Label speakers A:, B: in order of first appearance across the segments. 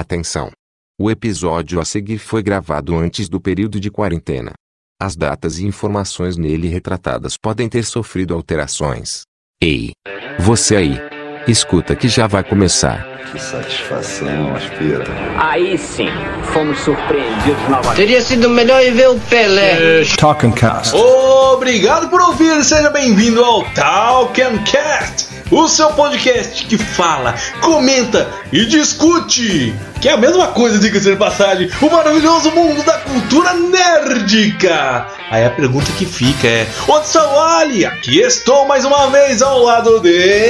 A: Atenção! O episódio a seguir foi gravado antes do período de quarentena. As datas e informações nele retratadas podem ter sofrido alterações. Ei, você aí! Escuta que já vai começar.
B: Que satisfação, aspira.
C: Aí sim, fomos surpreendidos novamente.
D: Teria sido melhor ir ver o Pelé.
E: Talking Cast.
F: Obrigado por ouvir, seja bem-vindo ao Talk and Cast, o seu podcast que fala, comenta e discute, que é a mesma coisa, diga-se de passagem, o maravilhoso mundo da cultura nerdica. Aí a pergunta que fica é, onde está o Ali? Aqui estou mais uma vez ao lado de...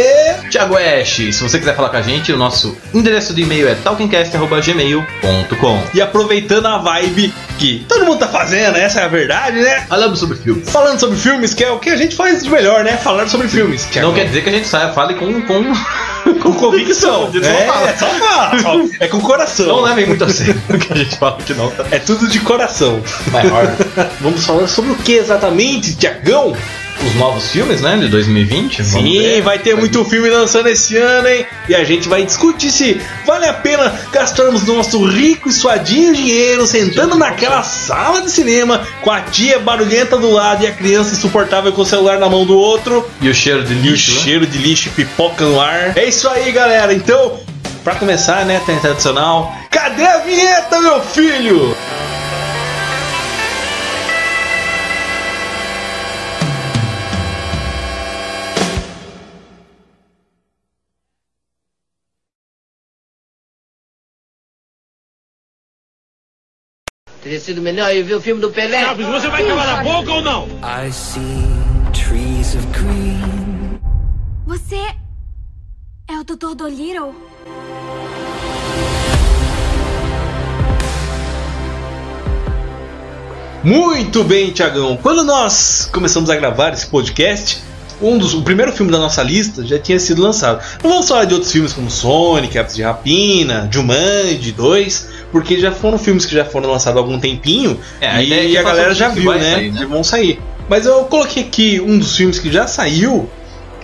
G: Thiago Ash, se você quiser falar com a gente, o nosso endereço de e-mail é talkingcast.gmail.com.
F: E aproveitando a vibe que todo mundo tá fazendo, essa é a verdade, né?
G: Falamos sobre filmes.
F: Falando sobre filmes, que é o que a gente faz de melhor, né? Falar sobre filmes. Que
G: Não
F: é-
G: quer dizer que a gente saia, fale com. um com...
F: com convicção. É, só fala, só- é com coração.
G: Não levem né? muito a sério o que a gente fala que não, tá?
F: É tudo de coração.
G: Vai hard.
F: Vamos falar sobre o que exatamente, Tiagão?
G: Os novos filmes, né? De 2020. vamos
F: Sim,
G: ver.
F: vai ter muito filme lançando esse ano, hein? E a gente vai discutir se vale a pena gastarmos nosso rico e suadinho dinheiro sentando naquela sala de cinema com a tia barulhenta do lado e a criança insuportável com o celular na mão do outro.
G: E o cheiro de
F: E o
G: lixo. né?
F: cheiro de lixo e pipoca no ar. É isso aí, galera. Então, pra começar, né, tem tradicional. Cadê a vinheta, meu filho?
D: Teria sido melhor ir ver o filme do Pelé.
H: I see trees of green.
I: Você é o Dr. Dolittle?
F: Muito bem, Tiagão. Quando nós começamos a gravar esse podcast, um dos, o primeiro filme da nossa lista já tinha sido lançado. Não vamos falar de outros filmes como Sonic, Aves de Rapina, Jumanji 2, porque já foram filmes que já foram lançados há algum tempinho
G: É, a ideia é
F: e
G: que
F: a
G: faça
F: galera
G: um
F: já
G: filme que
F: viu,
G: vai
F: né?
G: sair, né?
F: Que vão sair. Mas eu coloquei aqui um dos filmes que já saiu,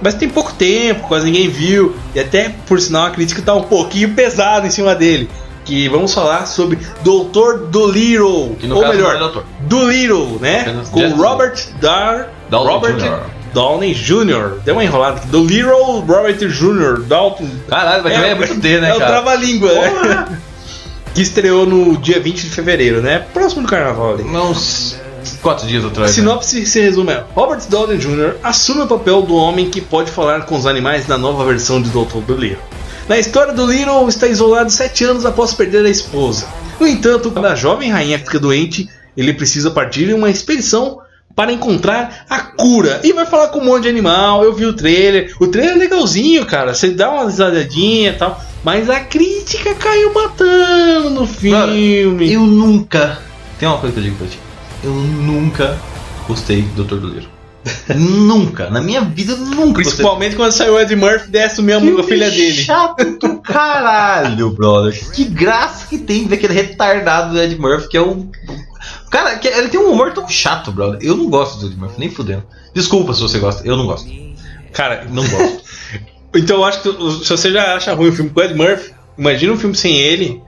F: mas tem pouco tempo, quase ninguém viu, e até, por sinal, a crítica tá um pouquinho pesada em cima dele. Que vamos falar sobre Doutor Dolittle,
G: Que no
F: ou
G: caso
F: melhor,
G: não é Dr.
F: Dolittle, né?
G: Apenas
F: Com
G: Jackson.
F: Robert Dar...
G: Downey
F: Robert
G: Jr..
F: Downey Jr. Deu uma enrolada aqui. Dolittle, Robert Jr., Dalton...
G: Caralho, vai também é muito D, né,
F: é o
G: cara?
F: trava-língua, né? Que estreou no dia 20 de fevereiro, né? Próximo do carnaval ali.
G: Uns quatro dias
F: A
G: atrás. né?
F: sinopse se resume a Robert Downey Jr. assume o papel do homem que pode falar com os animais na nova versão de Doutor Dolittle. Na história do Little está isolado sete anos após perder a esposa. No entanto, quando a jovem rainha fica doente, ele precisa partir em uma expedição para encontrar a cura. E vai falar com um monte de animal. Eu vi o trailer. O trailer é legalzinho, cara. Você dá uma risadinha e tal. Mas a crítica caiu matando no
G: Mano,
F: filme.
G: Eu nunca. Tem uma coisa que eu digo pra ti. Eu nunca gostei do Dr. Dolittle. nunca. Na minha vida, eu nunca. gostei.
F: Principalmente quando saiu o Ed Murphy, desce o mesmo a
G: é
F: filha dele.
G: Chato do caralho, brother. Que graça que tem ver aquele retardado do Ed Murphy, que é um. Cara, que ele tem um humor tão chato, brother. Eu não gosto do Ed Murphy, nem fudendo. Desculpa se você gosta, eu não gosto.
F: Cara, não gosto. então eu acho que tu- se você já acha ruim o filme com o Ed Murphy, imagina um filme sem ele.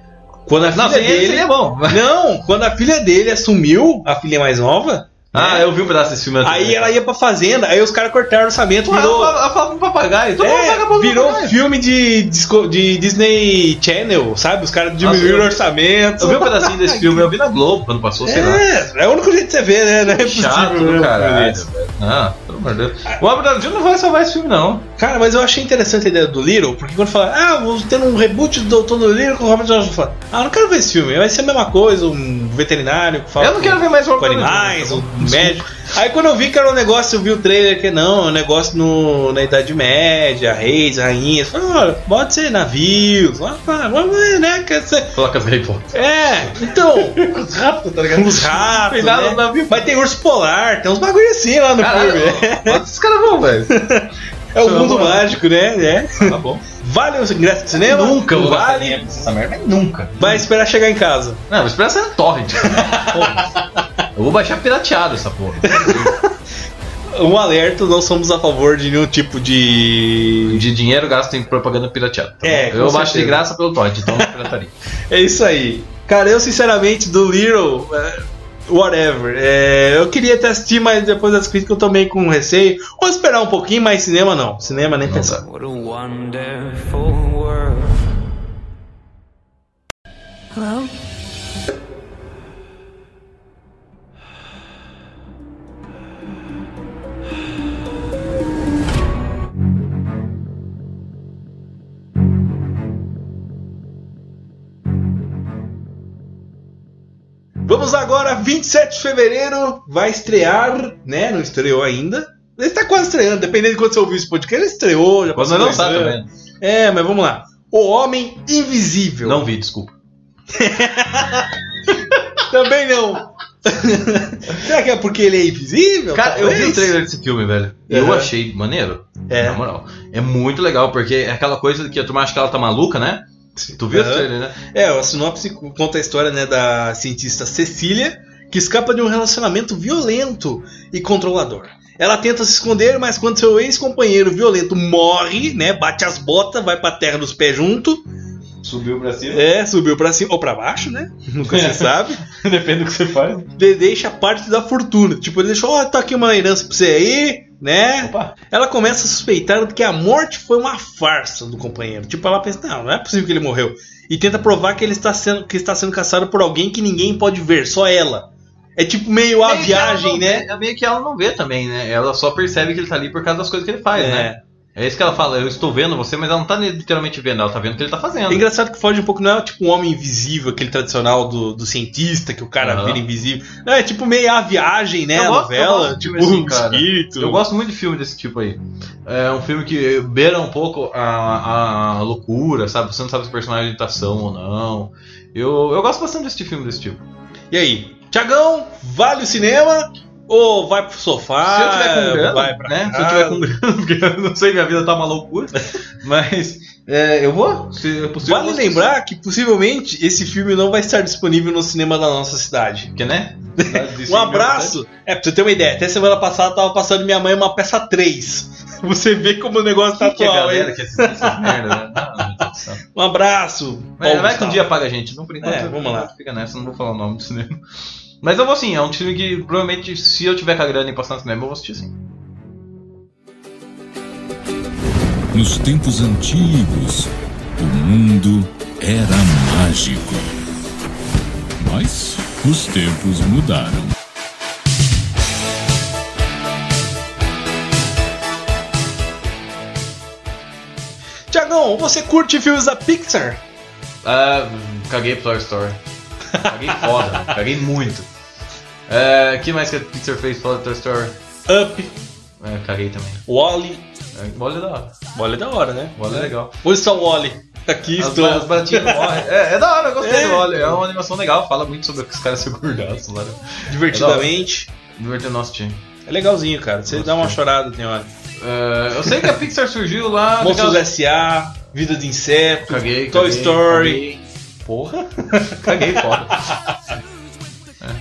F: Quando a filha
G: Não, sem ele
F: dele.
G: seria bom.
F: Não, quando a filha dele assumiu, a filha mais nova, né?
G: Ah, eu vi um pedaço desse filme
F: aí ela ia pra fazenda, aí os caras cortaram o orçamento,
G: Virou...
F: virou.
G: Ela fala pro papagaio. Todo mundo paga
F: É,
G: pro
F: virou
G: papagaio.
F: filme de, disco- de Disney Channel, sabe? Os caras diminuíram
G: eu-
F: o orçamento.
G: Eu vi um pedacinho desse filme, eu vi na Globo quando passou, sei lá.
F: É, é o único jeito de você ver, né? Não é possível,
G: Chato
F: né,
G: do
F: um
G: caralho.
F: filme desse.
G: velho. Ah, pelo amor de Deus. O Robert Jr. não vai salvar esse filme, não.
F: Cara, mas eu achei interessante a ideia do Little, porque quando fala, ah, vou ter um reboot do Doutor do Little com o Robert Downey fala, ah, eu não quero ver esse filme, vai ser a mesma coisa, um veterinário que fala
G: Eu não
F: com-
G: quero ver mais
F: com
G: Robert Downey Jr.,
F: animais,
G: tá
F: um
G: bom?
F: médico. Aí quando eu vi que era um negócio, eu vi o trailer que não, é um negócio no, na Idade Média, reis, rainhas, falei, olha, pode ser navios, lá, lá, lá, né, quer ser...
G: Coloca Harry Potter.
F: É, então, os ratos, tá ligado? Os ratos,
G: Cuidado
F: né?
G: do navio.
F: mas tem urso polar, tem uns bagulho assim lá no
G: Caralho,
F: filme,
G: olha os caras vão, velho.
F: é o mundo mágico, né, né?
G: Tá bom.
F: Vale o ingresso do cinema?
G: nunca
F: Não
G: vou gastar dinheiro
F: vale.
G: com essa merda, mas nunca.
F: Vai esperar chegar em casa.
G: Não, mas espera essa torrent. Porra. Eu vou baixar pirateado essa porra.
F: um alerta, não somos a favor de nenhum tipo de.
G: De dinheiro gasto em propaganda pirateada. tá
F: É,
G: bom?
F: com
G: eu baixo de
F: certeza.
G: graça pelo Todd, então não pirataria.
F: É isso aí. Cara, eu sinceramente, do Little, é, whatever. É, eu queria até assistir, mas depois das críticas eu tomei com receio. Vou esperar um pouquinho, mas cinema não. Cinema nem pensar.
H: What a wonderful world. Hello?
F: Vamos agora, 27 de fevereiro, vai estrear, né? Não estreou ainda. Ele tá quase estreando, dependendo de quando você ouvir esse podcast, ele estreou, já
G: Mas nós
F: passou
G: não
F: dois
G: sabe
F: anos.
G: também. né?
F: É, mas vamos lá. O Homem Invisível.
G: Não vi, desculpa.
F: Também não. Será que é porque ele é invisível?
G: Cara, eu vi
F: Talvez.
G: o trailer desse filme, velho. E eu
F: Aham.
G: achei maneiro.
F: É.
G: Na moral. É muito legal, porque é aquela coisa que a turma acha que ela tá maluca, né? Tu viu o
F: Aham.
G: trailer, né?
F: É, a sinopse conta a história né, da cientista Cecília, que escapa de um relacionamento violento e controlador. Ela tenta se esconder, mas quando seu ex-companheiro violento morre, né, bate as botas, vai pra terra dos pés junto,
G: Subiu pra cima.
F: é, subiu pra cima ou pra baixo, né? Nunca se sabe.
G: Depende do que você faz.
F: De- deixa parte da fortuna. Tipo, ele deixou, ó, tá aqui uma herança pra você aí, né?
G: Opa.
F: Ela começa a suspeitar que a morte foi uma farsa do companheiro. Tipo, ela pensa, não, não é possível que ele morreu. E tenta provar que ele está sendo, que está sendo caçado por alguém que ninguém pode ver, só ela. É tipo meio a
G: Meio que ela
F: viagem,
G: não-
F: né?
G: É meio que ela não vê também, né? Ela só percebe que ele tá ali por causa das coisas que ele faz,
F: É.
G: né? É isso que ela fala, eu estou vendo você, mas ela não tá literalmente vendo, ela tá vendo o que ele tá fazendo.
F: É engraçado que foge um pouco, não é tipo um homem invisível, aquele tradicional do, do cientista, que o cara
G: Aham.
F: vira invisível. Não, é tipo meio a viagem, né?
G: Eu
F: a
G: gosto- eu
F: novela,
G: gosto de
F: tipo,
G: filme assim,
F: um
G: cara.
F: espírito.
G: Eu gosto muito de filme desse tipo aí. É um filme que beira um pouco a, a loucura, sabe? Você não sabe se o personagem tá são ou não. Eu, eu gosto bastante desse filme desse tipo.
F: E aí? Tiagão, vale o cinema? Ou vai pro sofá?
G: se eu tiver com
F: Ah,
G: grana,
F: vai pra
G: né? Se eu
F: casa?
G: tiver com grana, porque eu não sei, minha vida tá uma loucura. Mas é, eu vou, se é possível.
F: Vale
G: eu vou
F: lembrar que possivelmente esse filme não vai estar disponível no cinema da nossa cidade.
G: Porque, né?
F: Um abraço! É, pra você ter uma ideia, até semana passada eu tava passando minha mãe uma peça 3. Você vê como o negócio tá
G: Que, que a
F: atual,
G: galera
F: hein?
G: que assiste essas merdas, né? Não, meu Deus do céu.
F: Um abraço!
G: Mas
F: Paulo
G: vai que um
F: Gustavo.
G: dia paga a gente. Não, por enquanto.
F: É, vamos lá.
G: Fica nessa, não vou falar o nome do cinema. Mas eu vou sim, é um filme que provavelmente, se eu tiver com a grana e passar no cinema, eu vou assistir sim.
E: Nos tempos antigos, o mundo era mágico. Mas os tempos mudaram.
F: Tiagão, você curte filmes da Pixar?
G: Ah, hum, caguei pro Toy Story. Caguei foda, caguei muito. É, O que mais que a Pixar fez fora do Toy Story?
F: Up,
G: É, caguei também.
F: Wally.
G: É, bola é da hora.
F: Wally é da hora, né?
G: Bola é legal.
F: Hoje só Wally. Tá Aqui
G: As,
F: estou.
G: ba- as baratinhas morrem. É, é da hora, eu gostei
F: É.
G: do Wally. É uma animação legal, fala muito sobre os caras ser gordaços lá.
F: Divertidamente.
G: Divertindo nosso time.
F: É legalzinho, cara. Você dá uma chorada, tem hora.
G: É, eu sei que a Pixar surgiu lá.
F: Monstros
G: Ah, legal-
F: S.A., Vida de Inseto,
G: Caguei,
F: Toy
G: caguei,
F: Story.
G: caguei. Porra. Caguei, foda.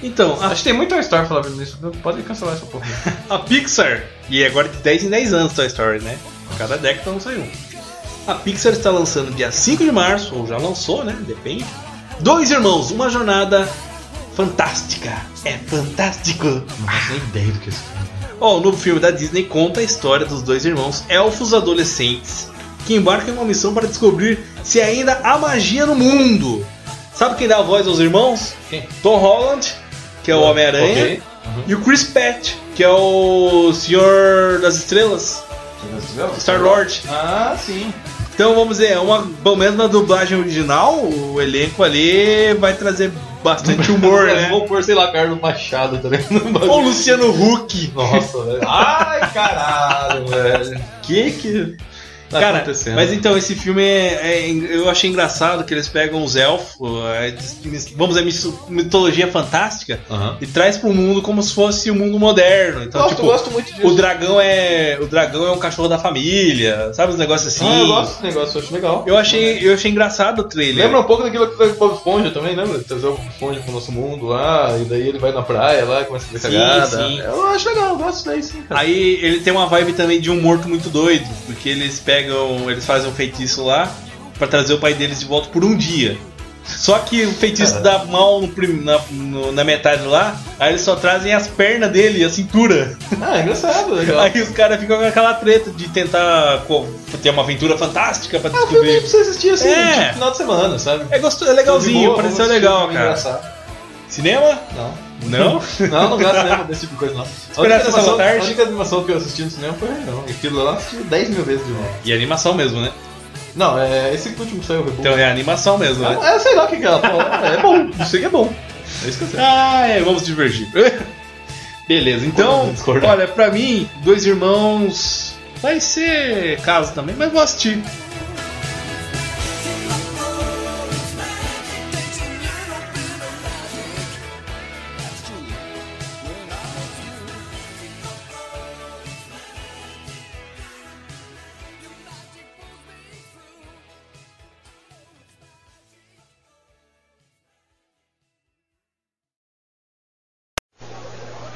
F: Então, a,
G: Acho que tem muito Toy Story falando nisso. então Pode cancelar essa porra.
F: a Pixar, e é agora de 10 em 10 anos Toy Story, né? Cada década não saiu. A Pixar está lançando dia 5 de março, ou já lançou, né? Depende. Dois Irmãos, uma jornada fantástica. É fantástico.
G: Não faço nem ideia do que é isso.
F: Ó, o novo filme da Disney conta a história dos dois irmãos elfos adolescentes que embarcam em uma missão para descobrir se ainda há magia no mundo. Sabe quem dá a voz aos irmãos?
G: Quem? Ah,
F: Tom Holland, que é o Homem-Aranha,
G: Ok.
F: e o Chris Pratt, que é o Senhor das Estrelas, Star-Lord.
G: Ah, sim.
F: Então vamos dizer, é uma, pelo menos na dublagem original, o elenco ali vai trazer bastante humor, né?
G: Vou pôr, sei lá, Carlos Machado tá também.
F: Ou o Luciano Huck.
G: Nossa, velho. Ai, caralho, velho.
F: Que que.
G: tá
F: Cara,
G: acontecendo.
F: mas então, esse filme é, é- Eu achei engraçado que eles pegam os elfos, é, mis- vamos dizer, mis- mitologia fantástica,
G: Aham.
F: e traz pro mundo como se fosse o mundo moderno. Então,
G: Gosto,
F: tipo,
G: gosto muito disso.
F: o dragão é. O dragão é um cachorro da família, sabe? Uns negócios assim.
G: Ah, eu gosto desse negócio, eu acho legal.
F: Eu achei, eu achei engraçado o trailer.
G: Lembra um pouco daquilo que fez o Bob Esponja também, lembra? Trazer o Bob Esponja pro nosso mundo lá, e daí ele vai na praia lá, começa a fazer
F: Sim,
G: cagada.
F: sim.
G: Eu acho legal, eu gosto daí sim, cara.
F: Aí ele tem uma vibe também de um morto muito doido, porque eles pegam, eles fazem um feitiço lá pra trazer o pai deles de volta por um dia. Só que o feitiço dá mal no prim- na, no- na metade lá, aí eles só trazem as pernas dele, e a cintura.
G: Ah, é engraçado, legal.
F: Aí os caras ficam com aquela treta de tentar co- ter uma aventura fantástica pra
G: É um filme aí
F: descobrir.
G: pra você assistir assim,
F: É.
G: tipo, final de semana, sabe?
F: É, gostoso, é
G: De
F: legalzinho,
G: boa,
F: pareceu
G: vamos assistir um
F: legal,
G: filme
F: cara.
G: engraçado.
F: Cinema?
G: Não.
F: Não?
G: Não, não gosto mesmo desse tipo de coisa, não. A única,
F: Esperar sessão
G: animação,
F: da tarde.
G: a única animação que eu assisti no cinema foi não. E aquilo lá eu assisti 10 mil vezes de novo.
F: e animação mesmo, né?
G: Não, é esse último que saiu, o Reboot.
F: Então é animação mesmo, né?
G: é, sei lá o que que é, pô, é bom, eu sei que é bom. É isso que eu sei.
F: Ah, é, vamos divergir. Beleza, então,
G: Discordar.
F: olha, pra mim, Dois Irmãos vai ser caso também, mas vou assistir.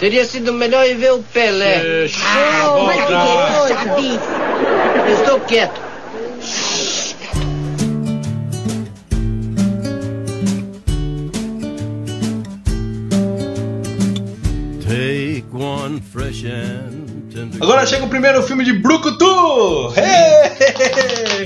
D: Teria sido melhor ir ver o Pelé. Ah, Eu estou quieto.
F: Agora chega o primeiro filme de Brucutu! Hey!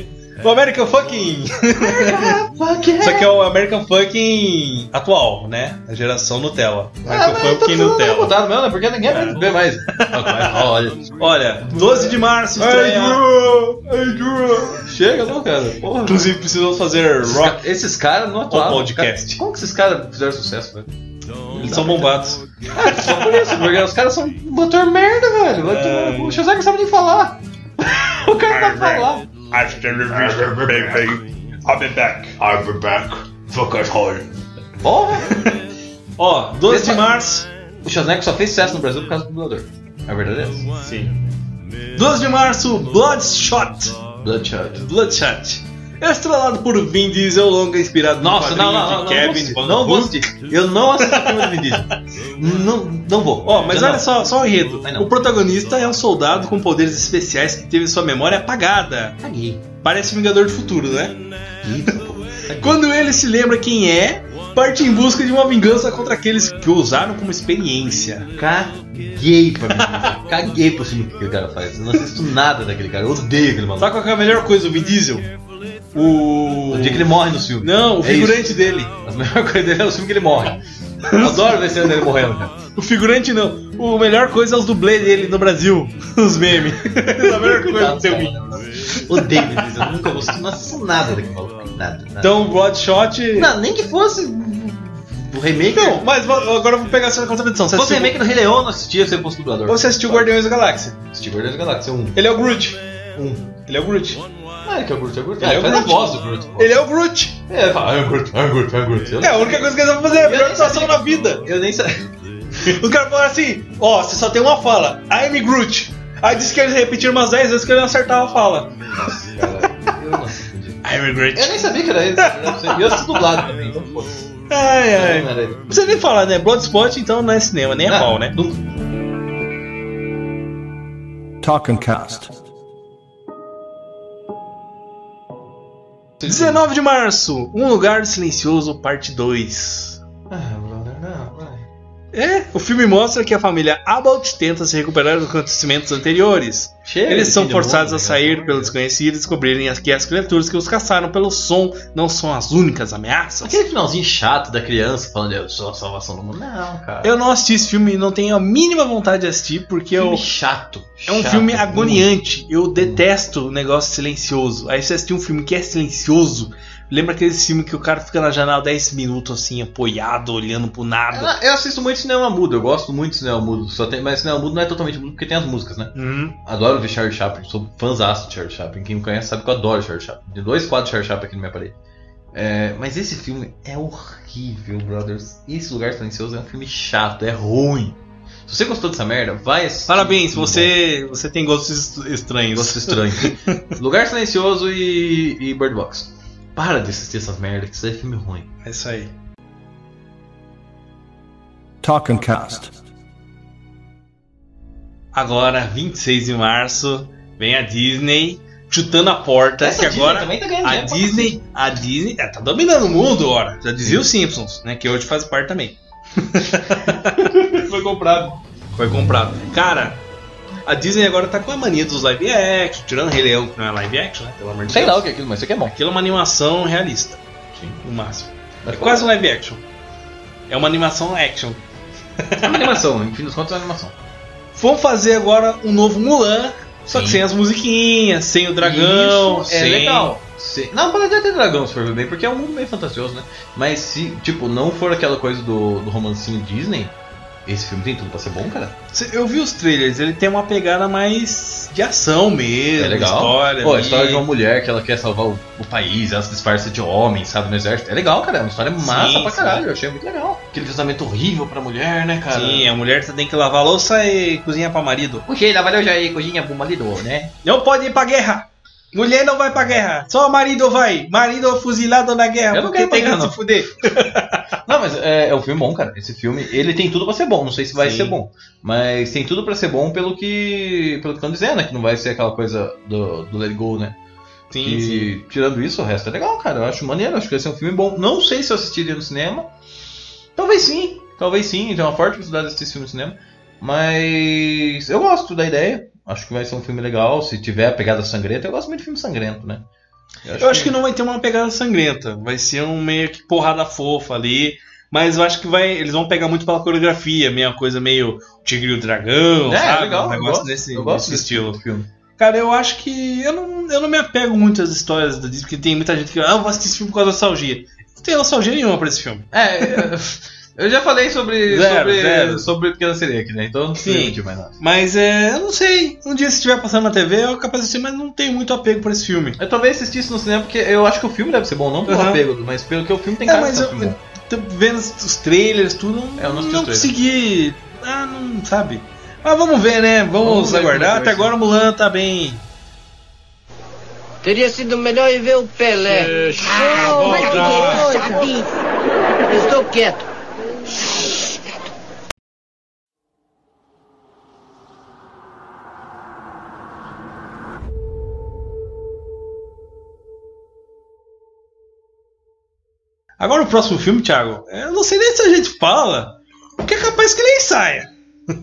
G: É.
F: O American Fucking! Isso aqui é o American Fucking atual, né? A geração Nutella.
G: Ah,
F: American
G: mas tá
F: Fucking
G: tudo
F: Nutella. É,
G: mudado mesmo, né? Porque ninguém vai ver mais. Olha.
F: Olha, 12 de março
G: Ai,
F: estreia.
G: Chega, não, cara. Porra.
F: Inclusive, precisamos fazer
G: Esses
F: rock.
G: ca- Esses caras não atuaram.
F: podcast.
G: Como que esses caras fizeram sucesso, velho?
F: Eles são bombados.
G: Só por isso, porque os caras são um motor merda, velho. Vai tomar no cu. O Shazak não sabe nem falar. O cara não sabe falar. Porra.
F: Ó, 12 de
G: Esse-
F: março.
G: O Shazak só fez sucesso no Brasil por causa do dublador. É verdade essa?
F: Sim. 12 de março, Bloodshot.
G: Bloodshot.
F: Bloodshot. Estrelado por Vin Diesel, longa inspirado no
G: Nossa, não,
F: quadrinho
G: não, não,
F: de
G: não,
F: Kevin
G: vou,
F: Van
G: não vou
F: Hook.
G: assistir. Eu não assisto filme do Vin Diesel. Não, não vou.
F: Ó, mas
G: Já
F: olha
G: não.
F: só, só o enredo.
G: Ai, não.
F: O protagonista é um soldado com poderes especiais que teve sua memória apagada.
G: Caguei.
F: Parece o Vingador do Futuro, né? Quando ele se lembra quem é, parte em busca de uma vingança contra aqueles que o usaram como experiência.
G: Caguei pra mim. Caguei pro filme que aquele cara faz. Eu não assisto nada daquele cara. Eu odeio aquele maluco.
F: Sabe qual que é a melhor coisa do Vin Diesel? O.
G: O dia que ele morre no filme.
F: Não, o
G: É isso.
F: figurante dele. né?
G: A melhor coisa dele é o filme que ele morre. Eu adoro ver cena dele morrendo, cara.
F: O figurante não. O melhor coisa é os dublês dele no Brasil. Os memes. é a melhor coisa do seu vídeo.
G: Odeio Vin Diesel, eu nunca gostei, não assisto nada daquele maluco. Nada, nada.
F: Então, Bloodshot.
G: Não, nem que fosse o remake.
F: Então, mas vo- agora eu vou pegar a sua contradição. Você
G: se fosse o
F: assistiu,
G: remake do Rei Leão, eu não assistia, você fosse dublador.
F: você assistiu Guardiões da Galáxia?
G: assistia Guardiões da Galáxia 1.
F: Ele é o Groot.
G: Um.
F: Ele é o Groot.
G: Ah, é que é o Groot, é o Groot.
F: Ele
G: Ah,
F: é o
G: faz
F: Groot.
G: a voz do Groot. pô.
F: Ele é o Groot.
G: É, fala, ah, é o Groot, é o Groot, é o Groot. Eu
F: É a única coisa que eles vão fazer. É a melhor
G: Eu nem sabia
F: atuação
G: que-
F: na vida.
G: Eu nem sabia.
F: Os caras falaram assim: ó, você só tem uma fala. I'm Groot. Aí disse que eles repetiram umas 10 vezes que ele não acertava a fala.
G: Nossa, cara, eu não assisti.
F: I'm Groot.
G: Eu nem sabia que era ele. E eu assisto dublado também, então foda-se.
F: Ai, ai.
G: Não era ele.
F: Não precisa nem falar, né? Bloodspot então não é cinema, nem é
G: Ah,
F: pau, né?
G: Nunca.
J: Talk and cast.
F: 19 de março, Um Lugar Silencioso, parte 2.
G: Ah, brother, não, vai.
F: É, o filme mostra que a família Abbott tenta se recuperar dos acontecimentos anteriores.
G: Chega,
F: Eles são
G: É, filho, né?
F: forçados a
G: vamos,
F: sair
G: cara.
F: pelo desconhecido e descobrirem as- que as criaturas que os caçaram pelo som não são as únicas ameaças.
G: Aquele finalzinho chato da criança falando eu sou a salvação do mundo. Não, cara.
F: Eu não assisti esse filme e não tenho a mínima vontade de assistir, porque eu,
G: filme chato.
F: é um
G: chato, né?
F: filme
G: muito.
F: agoniante. Eu detesto o negócio silencioso. Aí você assistir um filme que é silencioso, Lembra aquele filme que o cara fica na janela 10 minutos assim, apoiado, olhando pro nada?
G: Eu assisto muito cinema mudo, eu gosto muito de cinema mudo. Só tem, mas cinema mudo não é totalmente mudo porque tem as músicas, né?
F: Hum.
G: Adoro ver Charlie Chaplin, sou fãzaço de Charlie Chaplin. Quem me conhece sabe que eu adoro Charlie Chaplin. Tem dois quadros de Charlie Chaplin aqui na minha parede. É, mas esse filme é horrível, brothers. Esse Lugar Silencioso é um filme chato, é ruim. Se você gostou dessa merda, vai assistir.
F: Parabéns,
G: Muito
F: você, você tem gostos est-
G: bom.
F: estranhos.
G: Gosto estranho. Lugar Silencioso e, e Bird Box. Para de assistir essas merdas, que isso aí é filme ruim.
F: É isso aí.
J: Talk and Cast.
F: Agora, 26 de março, vem a Disney chutando a porta.
G: Essa
F: que
G: Disney
F: agora
G: também tá ganhando
F: a
G: dinheiro pra
F: Disney, a Disney é, tá dominando o mundo, ora. Já dizia os Simpsons, né? Que hoje faz parte também. Foi comprado. Foi comprado. Cara, a Disney agora tá com a mania dos live action, tirando Rei Leão, que não é live action, né? Pelo amor de
G: Sei
F: Deus.
G: lá o que é aquilo, mas isso aqui é bom.
F: Aquilo é uma animação realista.
G: Sim.
F: No máximo. É quase um live action. É uma animação action.
G: É uma animação, no fim dos contos é uma animação.
F: Vão fazer agora um novo Mulan, só que
G: Sim.
F: sem as musiquinhas, sem o dragão,
G: Isso, é
F: sem...
G: legal. Se- Não, pode até ter dragão se for ver bem, porque é um mundo meio fantasioso, né? Mas se, tipo, não for aquela coisa do, do romancinho Disney, esse filme tem tudo pra ser bom, cara.
F: Cê- Eu vi os trailers, ele tem uma pegada mais de ação mesmo,
G: é legal.
F: história.
G: Pô, a
F: ali.
G: história de um uma mulher que ela quer salvar o, o país, ela se disfarça de homem, sabe, no exército. É legal, cara. É uma história massa
F: Sim,
G: pra
F: sim.
G: caralho. Eu achei muito legal. Aquele casamento horrível pra mulher, né, cara?
F: Sim, a mulher tem que lavar a louça e cozinhar pra marido.
G: Puxei, lá valeu já aí, coisinha pro marido, né?
F: Não pode ir pra guerra! Mulher não vai pra guerra, só o marido vai. Marido fuzilado na guerra,
G: Eu não quero
F: porque
G: ir pra
F: tem que
G: guerra, não.
F: se fuder.
G: Não, mas é, é um filme bom, cara. Esse filme, ele tem tudo pra ser bom. Não sei se vai
F: Sim.
G: ser bom, mas tem tudo pra ser bom pelo que pelo que estão dizendo, né? que não vai ser aquela coisa do, do Let It Go, né? e tirando isso, o resto é legal, cara. Eu acho maneiro, acho que vai ser um filme bom. Não sei se eu assistiria no cinema. Talvez sim, talvez sim. Tem uma forte possibilidade de assistir esse filme no cinema, mas eu gosto da ideia. Acho que vai ser um filme legal. Se tiver a pegada sangrenta, eu gosto muito de filme sangrento, né?
F: Eu acho que não vai ter uma pegada sangrenta. Vai ser um meio que porrada fofa ali. Mas eu acho que vai. Eles vão pegar muito pela coreografia, meio uma coisa meio Tigre e o Dragão,
G: É,
F: sabe?
G: legal.
F: um
G: eu
F: negócio
G: gosto,
F: desse,
G: eu gosto
F: desse
G: desse
F: estilo.
G: tipo de filme.
F: Cara, eu acho que. Eu não, eu não me apego muito às histórias da Disney, porque tem muita gente que. Ah, eu vou assistir esse filme por causa da nostalgia. Não tem nostalgia nenhuma pra esse filme.
G: É, eu já falei sobre
F: Zero,
G: sobre,
F: zero.
G: sobre Pequena Sereia aqui, né? Então não
F: Sim.
G: precisa discutir mais nada.
F: Mas é. Eu não sei. Um dia se estiver passando na TV, eu capaz de assistir, mas não tenho muito apego por esse filme.
G: Eu talvez assistisse no cinema porque eu acho que o filme deve ser bom, não pelo
F: Aham.
G: apego, mas pelo que o filme tem
F: É,
G: cara
F: mas
G: de ser
F: eu-
G: um filme bom.
F: Tô vendo os os trailers, tudo. Não,
G: É, eu não assisti
F: não
G: os trailers.
F: consegui. Ah, não sabe. Mas vamos ver, né? Vamos,
G: Vamos ver
F: aguardar.
G: como é que
F: Até
G: vai
F: agora o Mulan tá bem.
D: Teria sido melhor ir ver o Pelé.
I: Ah, vai
D: que doido! Eu estou quieto.
F: Agora o próximo filme, Thiago. Eu não sei nem se a gente fala. Porque é capaz que ele ensaia.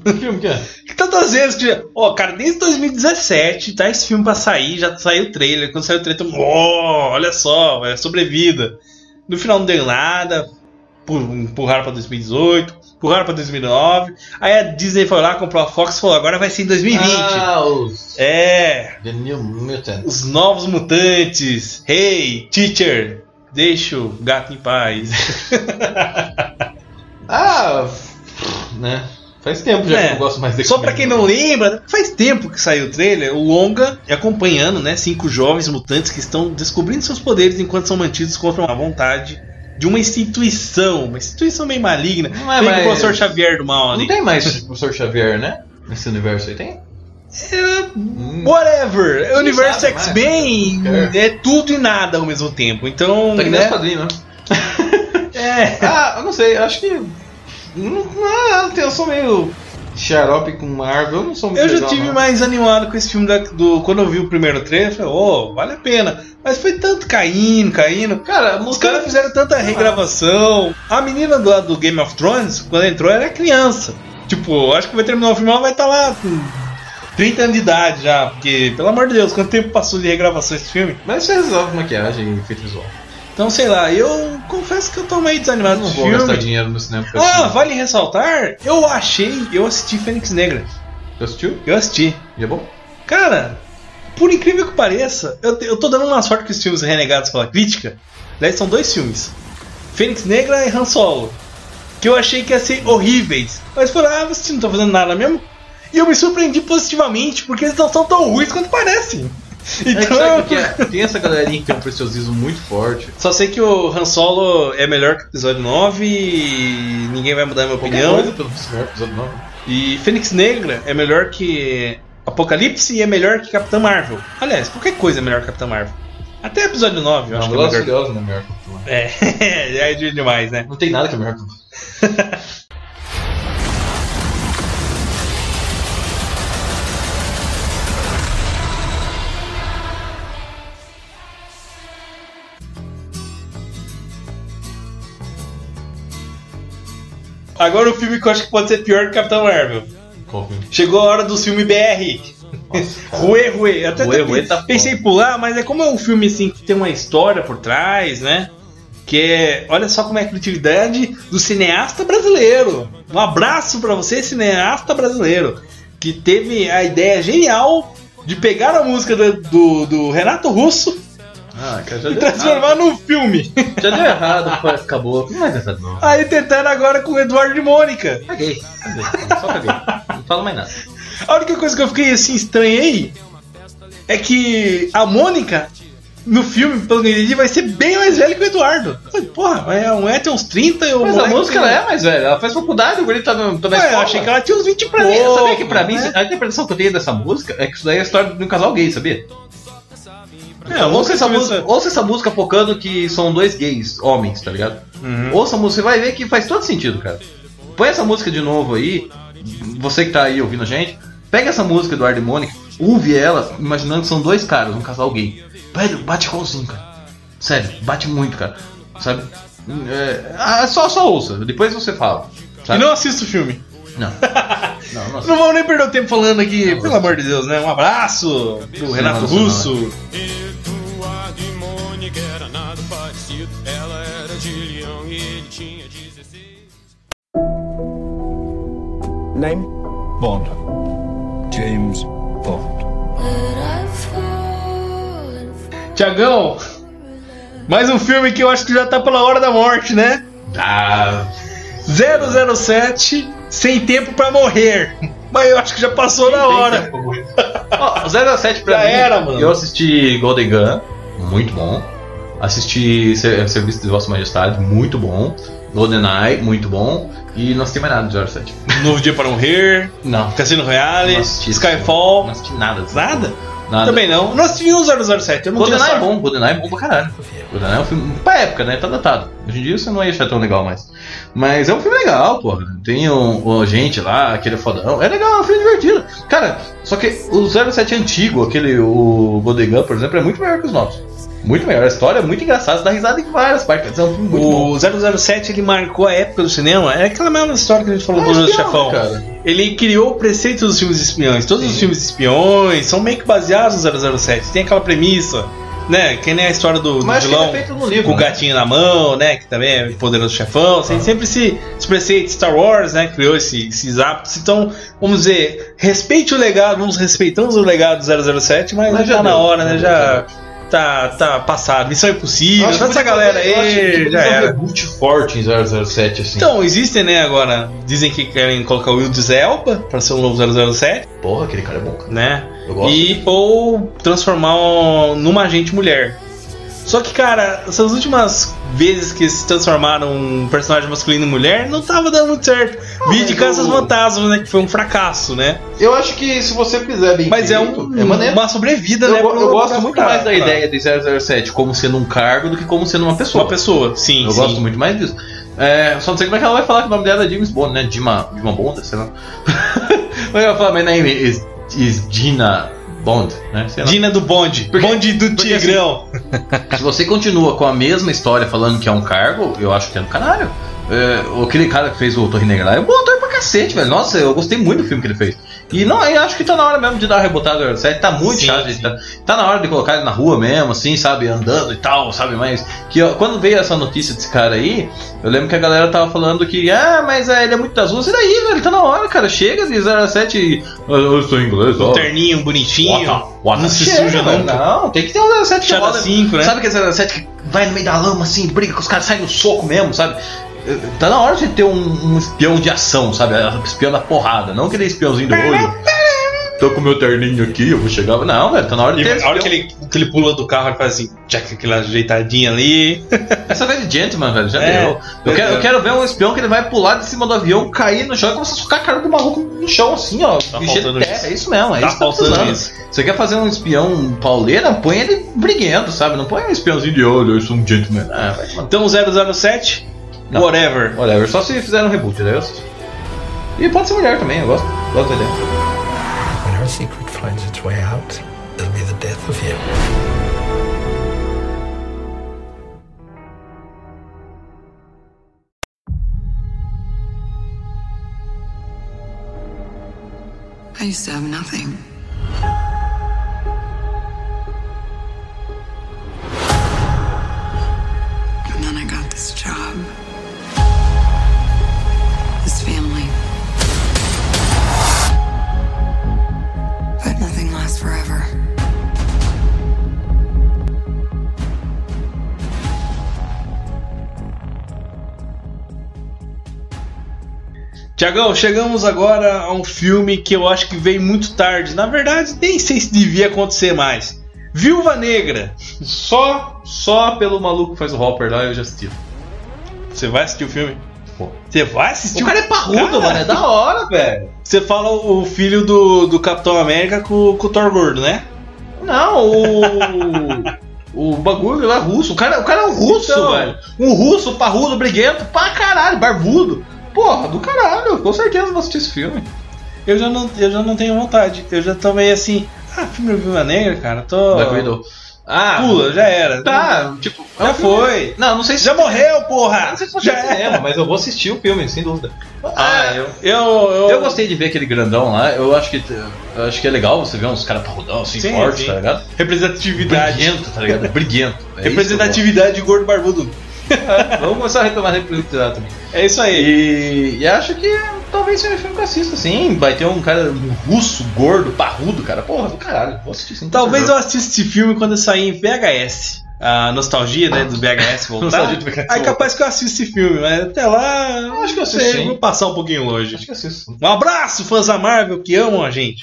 G: Que filme que é?
F: Que tantas vezes que. Ó, cara, desde 2017 tá esse filme pra sair, já saiu o trailer. Quando saiu o trailer, oh, olha só, é sobrevida. No final não deu nada, pu- empurraram pra 2018, empurraram pra 2009. Aí a Disney foi lá, comprou a Fox e falou: agora vai ser em 2020.
G: Ah, os
F: É,
G: The New Mutant.
F: os novos mutantes. Hey, teacher, deixa o gato em paz.
G: Ah, né? Faz tempo já
F: É.
G: que eu gosto mais desse
F: Só pra
G: filme.
F: quem não lembra, faz tempo que saiu o trailer, o longa é acompanhando, né, cinco jovens mutantes que estão descobrindo seus poderes enquanto são mantidos contra a vontade de uma instituição, uma instituição meio maligna.
G: Não é
F: Tem
G: mais-
F: o professor Xavier do mal
G: Não
F: ali.
G: tem mais o professor Xavier, né? Nesse universo aí tem? Hum.
F: Whatever, é o universo
G: sabe mais.
F: X-Men
G: É.
F: é tudo e nada ao mesmo tempo. Então,
G: Tá que nem os
F: né?
G: quadrinhos, né?
F: É.
G: Ah, eu não sei, eu acho que. Não, não, eu sou meio xarope com Marvel, eu não sou muito
F: Eu já
G: legal,
F: tive
G: não.
F: mais animado com esse filme da- do quando eu vi o primeiro trailer, eu falei, oh, vale a pena. Mas foi tanto caindo, caindo.
G: Cara, é
F: Os caras fizeram tanta regravação. A menina do, do Game of Thrones, quando entrou, era criança. Tipo, acho que vai terminar o filme, ela vai estar lá com 30 anos de idade já. Porque, pelo amor de Deus, quanto tempo passou de regravação esse filme?
G: Mas você resolve maquiagem e efeito visual.
F: Então, sei lá, eu confesso que eu tô meio desanimado
G: não
F: do
G: vou gastar
F: filme.
G: dinheiro no cinema pra
F: Ah,
G: assistir.
F: vale ressaltar, eu achei, eu assisti Fênix Negra.
G: Já assistiu?
F: Eu assisti.
G: E é bom?
F: Cara, por incrível que pareça, eu, te- eu tô dando uma sorte com os filmes renegados pela crítica. Aliás, são dois filmes: Fênix Negra e Han Solo. Que eu achei que ia ser horríveis. Mas foram, ah, vocês não estão fazendo nada mesmo? E eu me surpreendi positivamente, porque eles não são tão ruins quanto parecem.
G: É que
F: Então,
G: sabe o que é? Tem essa galerinha que tem um preciosismo muito forte.
F: só sei que o Han Solo é melhor que o episódio 9 e ninguém vai mudar a minha
G: Qualquer
F: opinião.
G: coisa pelo primeiro episódio novo.
F: E Fênix Negra é melhor que Apocalipse e é melhor que Capitã Marvel. Aliás, qualquer coisa é melhor que Capitã Marvel. Até episódio 9, eu
G: Não,
F: acho que é
G: Velozes e
F: melhor.
G: Furiosos não é melhor que o Capitão
F: É, é demais, né?
G: Não tem nada que é melhor que o
F: Agora o filme que eu acho que pode ser pior que Capitão Marvel.
G: Qual filme?
F: Chegou a hora dos filmes BR. Rue Rue. Eu Até
G: Ruê,
F: até
G: Ruê tá
F: pensei em pular, mas é como é um filme assim que tem uma história por trás, né? Que é. Olha só como é a criatividade do cineasta brasileiro. Um abraço pra você, cineasta brasileiro. Que teve a ideia genial de pegar a música do, do- do Renato Russo
G: Ah, cara, já
F: e
G: deu
F: transformar
G: errado.
F: num filme.
G: Já deu errado, pô, acabou. Não vai dar errado, não.
F: Aí tentaram agora com o Eduardo e Mônica.
G: Caguei, caguei. Só caguei. Não falo mais nada.
F: A única coisa que eu fiquei assim estranhei é que a Mônica no filme, pelo que eu entendi, vai ser bem mais velha que o Eduardo. Eu falei, porra, mas a mulher tem uns 30 e o
G: Mas a
F: moleque
G: música
F: tem-
G: ela é mais velha. Ela faz faculdade, o guri tá, no, tá na
F: Ué,
G: escola.
F: eu achei que ela tinha uns 20 e
G: Pra mim,
F: pouco,
G: sabia que pra mim,
F: né?
G: a interpretação que eu tenho dessa música é que isso daí é a história de um casal gay, sabia?
F: É, ou
G: ouça,
F: você
G: essa
F: sabe
G: música, ouça essa música focando que são dois gays, homens, tá ligado?
F: Uhum.
G: Ouça a música, você vai ver que faz todo sentido, cara. Põe essa música de novo aí, você que tá aí ouvindo a gente, pega essa música do Ar de Mônica, ouve ela, imaginando que são dois caras, um casal gay. Velho, bate igualzinho, cara. Sério, bate muito, cara. Sabe? É, ah, só, só ouça, depois você fala.
F: E
G: Sabe?
F: não assisto o filme.
G: Não. Não, não
F: Não vamos nem perder o tempo falando aqui, pelo amor de Deus, né? Um abraço do Renato
G: não, não.
F: Russo.
E: Eduardo e Mônica era nada parecido. Ela era de leão e ele tinha 16.
J: Name? Bond. James Bond.
F: Tiagão, mais um filme que eu acho que já tá pela hora da morte, né?
G: Ah,
F: 007, Sem Tempo pra Morrer. Mas eu acho que já passou na hora.
G: Ó, 07 pra
F: Já
G: mim.
F: era, mano.
G: Eu assisti Golden Gun, muito bom. Assisti Ser- Serviço de Vossa Majestade, muito bom. GoldenEye, muito bom. E não assisti mais nada de 07.
F: Novo Dia para Morrer,
G: Não.
F: Cassino Royale,
G: Não assisti isso,
F: Skyfall.
G: Não assisti nada. dessas
F: Nada?
G: coisas. Nada.
F: Também não. Não assisti nenhum 007. Eu não tenho
G: GoldenEye é
F: sorte.
G: bom, GoldenEye é bom pra caralho. GoldenEye é um filme pra época, né? Tá datado. Hoje em dia você não ia achar tão legal mais. Mas é um filme legal, porra. Tem um, um gente lá, aquele fodão. É legal, é um filme divertido. Cara, só que o 07 antigo, aquele, o Golden Gun, por exemplo, é muito melhor que os novos. Muito melhor. A história é muito engraçada, você dá risada em várias partes. É um filme muito bom.
F: O 007 ele marcou a época do cinema. É aquela mesma história que a gente falou
G: É
F: do Poderoso
G: espião,
F: Chefão.
G: cara.
F: Ele criou o preceito dos filmes de espiões. Todos os filmes de espiões são meio que baseados no 007. Tem aquela premissa, né? Que nem a história do, do
G: Mas acho que
F: vilão
G: ele é feito no livro.
F: com o
G: né?
F: gatinho na mão, né? Que também é poderoso chefão. Tem sempre esse, esse preceito Star Wars, né? Criou esse, esses hábitos. Então, vamos dizer, respeite o legado, vamos respeitamos o legado do 007, mas,
G: Mas
F: já
G: já
F: tá na
G: deu,
F: hora,
G: já
F: né?
G: deu, já
F: Já tá, tá passado. Missão
G: Eu
F: impossível.
G: acho que
F: Toda essa
G: podia
F: galera
G: fazer- eu acho que
F: aí
G: podia
F: já
G: fazer um
F: era.
G: reboot forte em 007, assim.
F: Então, existem, né, agora, dizem que querem colocar o Wildes Elba pra ser um novo 007,
G: porra, aquele cara é bom, cara.
F: né?
G: Eu gosto.
F: E ou transformar um- numa agente mulher. Só que, cara, essas últimas vezes que se transformaram um personagem masculino em mulher, não tava dando muito certo. Vi de
G: mas
F: Caças
G: o-
F: Fantasmas, né? Que foi um fracasso, né?
G: Eu acho que se você fizer bem
F: Mas é,
G: feito,
F: um,
G: é maneiro.
F: uma sobrevida,
G: Eu,
F: né?
G: go-
F: pro-
G: eu gosto
F: pra-
G: muito
F: pra-
G: mais da
F: pra-
G: ideia de 007 como sendo um cargo do que como sendo uma pessoa.
F: Uma pessoa, sim.
G: eu
F: sim.
G: gosto muito mais disso. É, só não sei como é que ela vai falar que o nome dela é James Bond, né? Dima, Dima Bond, sei lá. Mas ela fala, my name is, is Gina Bond, né? Sei lá.
F: Dina do Bonde.
G: Porque-
F: Bonde do
G: porque, assim,
F: Tigrão.
G: Se você continua com a mesma história falando que é um cargo, eu acho que é do caralho. É, aquele cara que fez o Torre Negra lá é um bom ator pra cacete, velho. Nossa, eu gostei muito do filme que ele fez. E não, eu acho que tá na hora mesmo de dar uma rebotada no série. Tá muito
F: Sim,
G: chato.
F: sim.
G: Tá, tá na hora de colocar ele na rua mesmo, assim, sabe? Andando e tal, sabe? Mas que ó, quando veio essa notícia desse cara aí, eu lembro que a galera tava falando que, ah, mas é, ele é muito das ruas. E daí, velho? Tá na hora, cara. Chega de 0 a 7 e. "Ah, Eu sou inglês, ó.
F: Um terninho bonitinho. não se
G: Chega,
F: suja
G: velho.
F: nunca.
G: Não, tem que ter um 07 que
F: Chega
G: roda.
F: cinco, né?
G: Sabe aquele 07 que vai no meio da lama assim, briga com os caras, sai no soco mesmo, sabe? Eh, Tá na hora de ter um, um espião de ação, sabe? Espião da porrada, não aquele espiãozinho do olho. Tô com meu terninho aqui, eu vou chegar. Não, velho, tá na hora de
F: E
G: ter.
F: a hora que
G: espião.
F: ele, que ele pula do carro, ele faz assim, já que aquela ajeitadinha ali.
G: Essa velha de gentleman, velho, já
F: É,
G: deu. Eu
F: pois
G: quero,
F: é.
G: eu quero ver um espião que ele vai pular de cima do avião, cair no chão e começar a socar a cara do maluco no chão, assim, ó.
F: Tá
G: encher de
F: faltando
G: terra.
F: isso.
G: É isso mesmo, é
F: tá
G: isso que tá
F: faltando
G: precisando.
F: isso.
G: Você quer fazer um espião pauleira? Põe ele briguento, sabe? Não põe um espiãozinho de olho, eu sou um gentleman. Ah, vai tomar.
F: Então 007,
G: Não.
F: whatever.
G: Whatever, só se fizer um reboot, né? Eu assisto. E pode ser mulher também, eu gosto. Gosto da ideia.
J: When our secret finds its way out, it'll be the death of you.
H: I used to have nothing. And then I got this job, this family. But nothing lasts forever.
F: Tiagão, chegamos agora a um filme que eu acho que veio muito tarde. Na verdade, nem sei se devia acontecer mais. Viúva Negra. Só, só pelo maluco que faz o Hopper lá, eu já assisti. Você vai assistir o filme? Você vai assistir
G: O cara é parrudo,
F: Cara,
G: mano, é da hora, velho.
F: Você fala o filho do, do Capitão América com, com o Thor Gordo, né?
G: Não, o. o bagulho lá é russo. O cara, o cara é um russo,
F: Então.
G: velho. Um russo, parrudo, briguento, pra caralho, barbudo. Porra, do caralho, com certeza eu vou assistir esse filme.
F: Eu já não, eu já não tenho vontade. Eu já tô meio assim. Ah, filme do Viúva Negra, cara. Tô.
G: Da Widow. Ah,
F: Pula, já era.
G: Tá, tipo, é um
F: Já
G: filme-
F: foi.
G: Não, não sei se
F: Já morreu, porra!
G: Não sei se você
F: já
G: já cinema, mas eu vou assistir o filme, sem dúvida. Ah, eu.
F: Eu,
G: Eu,
F: eu,
G: gostei de ver aquele grandão lá, eu acho que eu acho que é legal você ver uns caras parrudão, assim,
F: Sim,
G: forte,
F: sim.
G: tá ligado?
F: Representatividade.
G: Briguento, tá ligado? Briguento. É
F: Representatividade de gordo barbudo.
G: isso que eu gosto. Vamos começar a retomar a representatividade também.
F: É isso aí.
G: E, e acho que talvez seja um filme que eu assista, sim. Vai ter um cara um russo, gordo, parrudo, cara. Porra, do caralho, vou assistir sim.
F: Talvez eu assista esse filme quando eu sair em VHS. A nostalgia, né, do VHS voltar.
G: Nostalgia do VHS
F: Aí
G: voltar.
F: capaz que eu assista esse filme, mas até lá... Eu
G: acho que eu
F: sei,
G: assisto, sim.
F: Vou passar um pouquinho longe.
G: acho que assisto. sim.
F: Um abraço, fãs da Marvel, que amam a gente.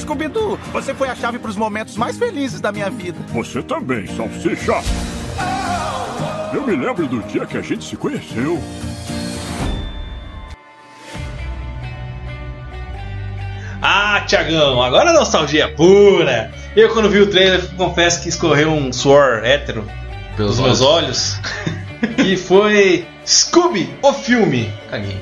J: Scooby-Doo, você foi a chave para os momentos mais felizes da minha vida.
E: Você também, salsicha. Eu me lembro do dia que a gente se conheceu.
F: Ah, Tiagão, agora a nostalgia é pura. Eu, quando vi o trailer, confesso que escorreu um suor hétero
G: Pelos
F: nos meus olhos. e foi Scooby, o filme.
G: Caguei.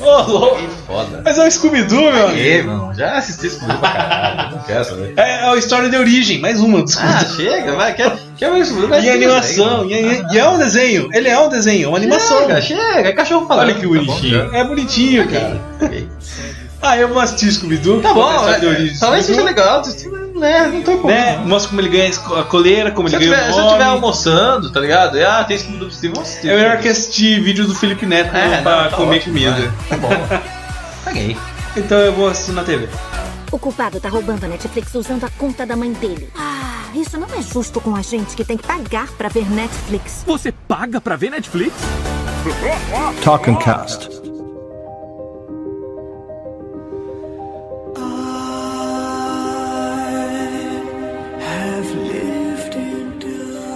F: Ô, louco.
G: Foda.
F: Mas é o Scooby-Doo, meu amigo.
G: Caguei, mano. Já assisti esse filme pra caralho. Não quero saber.
F: É a história de origem, mais uma
G: Ah,
F: do Scooby-Doo.
G: chega, vai. Quer, quer ver isso?
F: e a animação, e, e- e é um desenho, ele é um desenho, uma animação.
G: Chega, chega. É cachorro falando.
F: Olha que
G: tá bom,
F: bonitinho.
G: já.
F: é bonitinho, cara.
G: Ok.
F: Ah, eu vou assistir Scooby-Doo.
G: Tá
F: vou
G: bom,
F: ver a história de
G: é,
F: origem
G: talvez
F: do
G: seja
F: Scooby-Doo,
G: legal. assistir, mas, Né, não tô com.
F: Né? Mostra como ele ganha a coleira, como
G: Se eu
F: ele ganha
G: tiver,
F: o
G: se eu
F: nome.
G: tiver almoçando, tá ligado? E, ah, tem esse filme do Steve, vamos assistir.
F: É melhor que assistir vídeo do Felipe Neto né,
G: É,
F: pra
G: não, tá
F: comer
G: ótimo,
F: comida.
G: vai. Tá bom. Caguei.
F: né? Então eu vou assistir na TV.
I: O culpado tá roubando a Netflix usando a conta da mãe dele. Ah, isso não é justo com a gente que tem que pagar pra ver Netflix.
H: Você paga pra ver Netflix?
J: Talk and cast.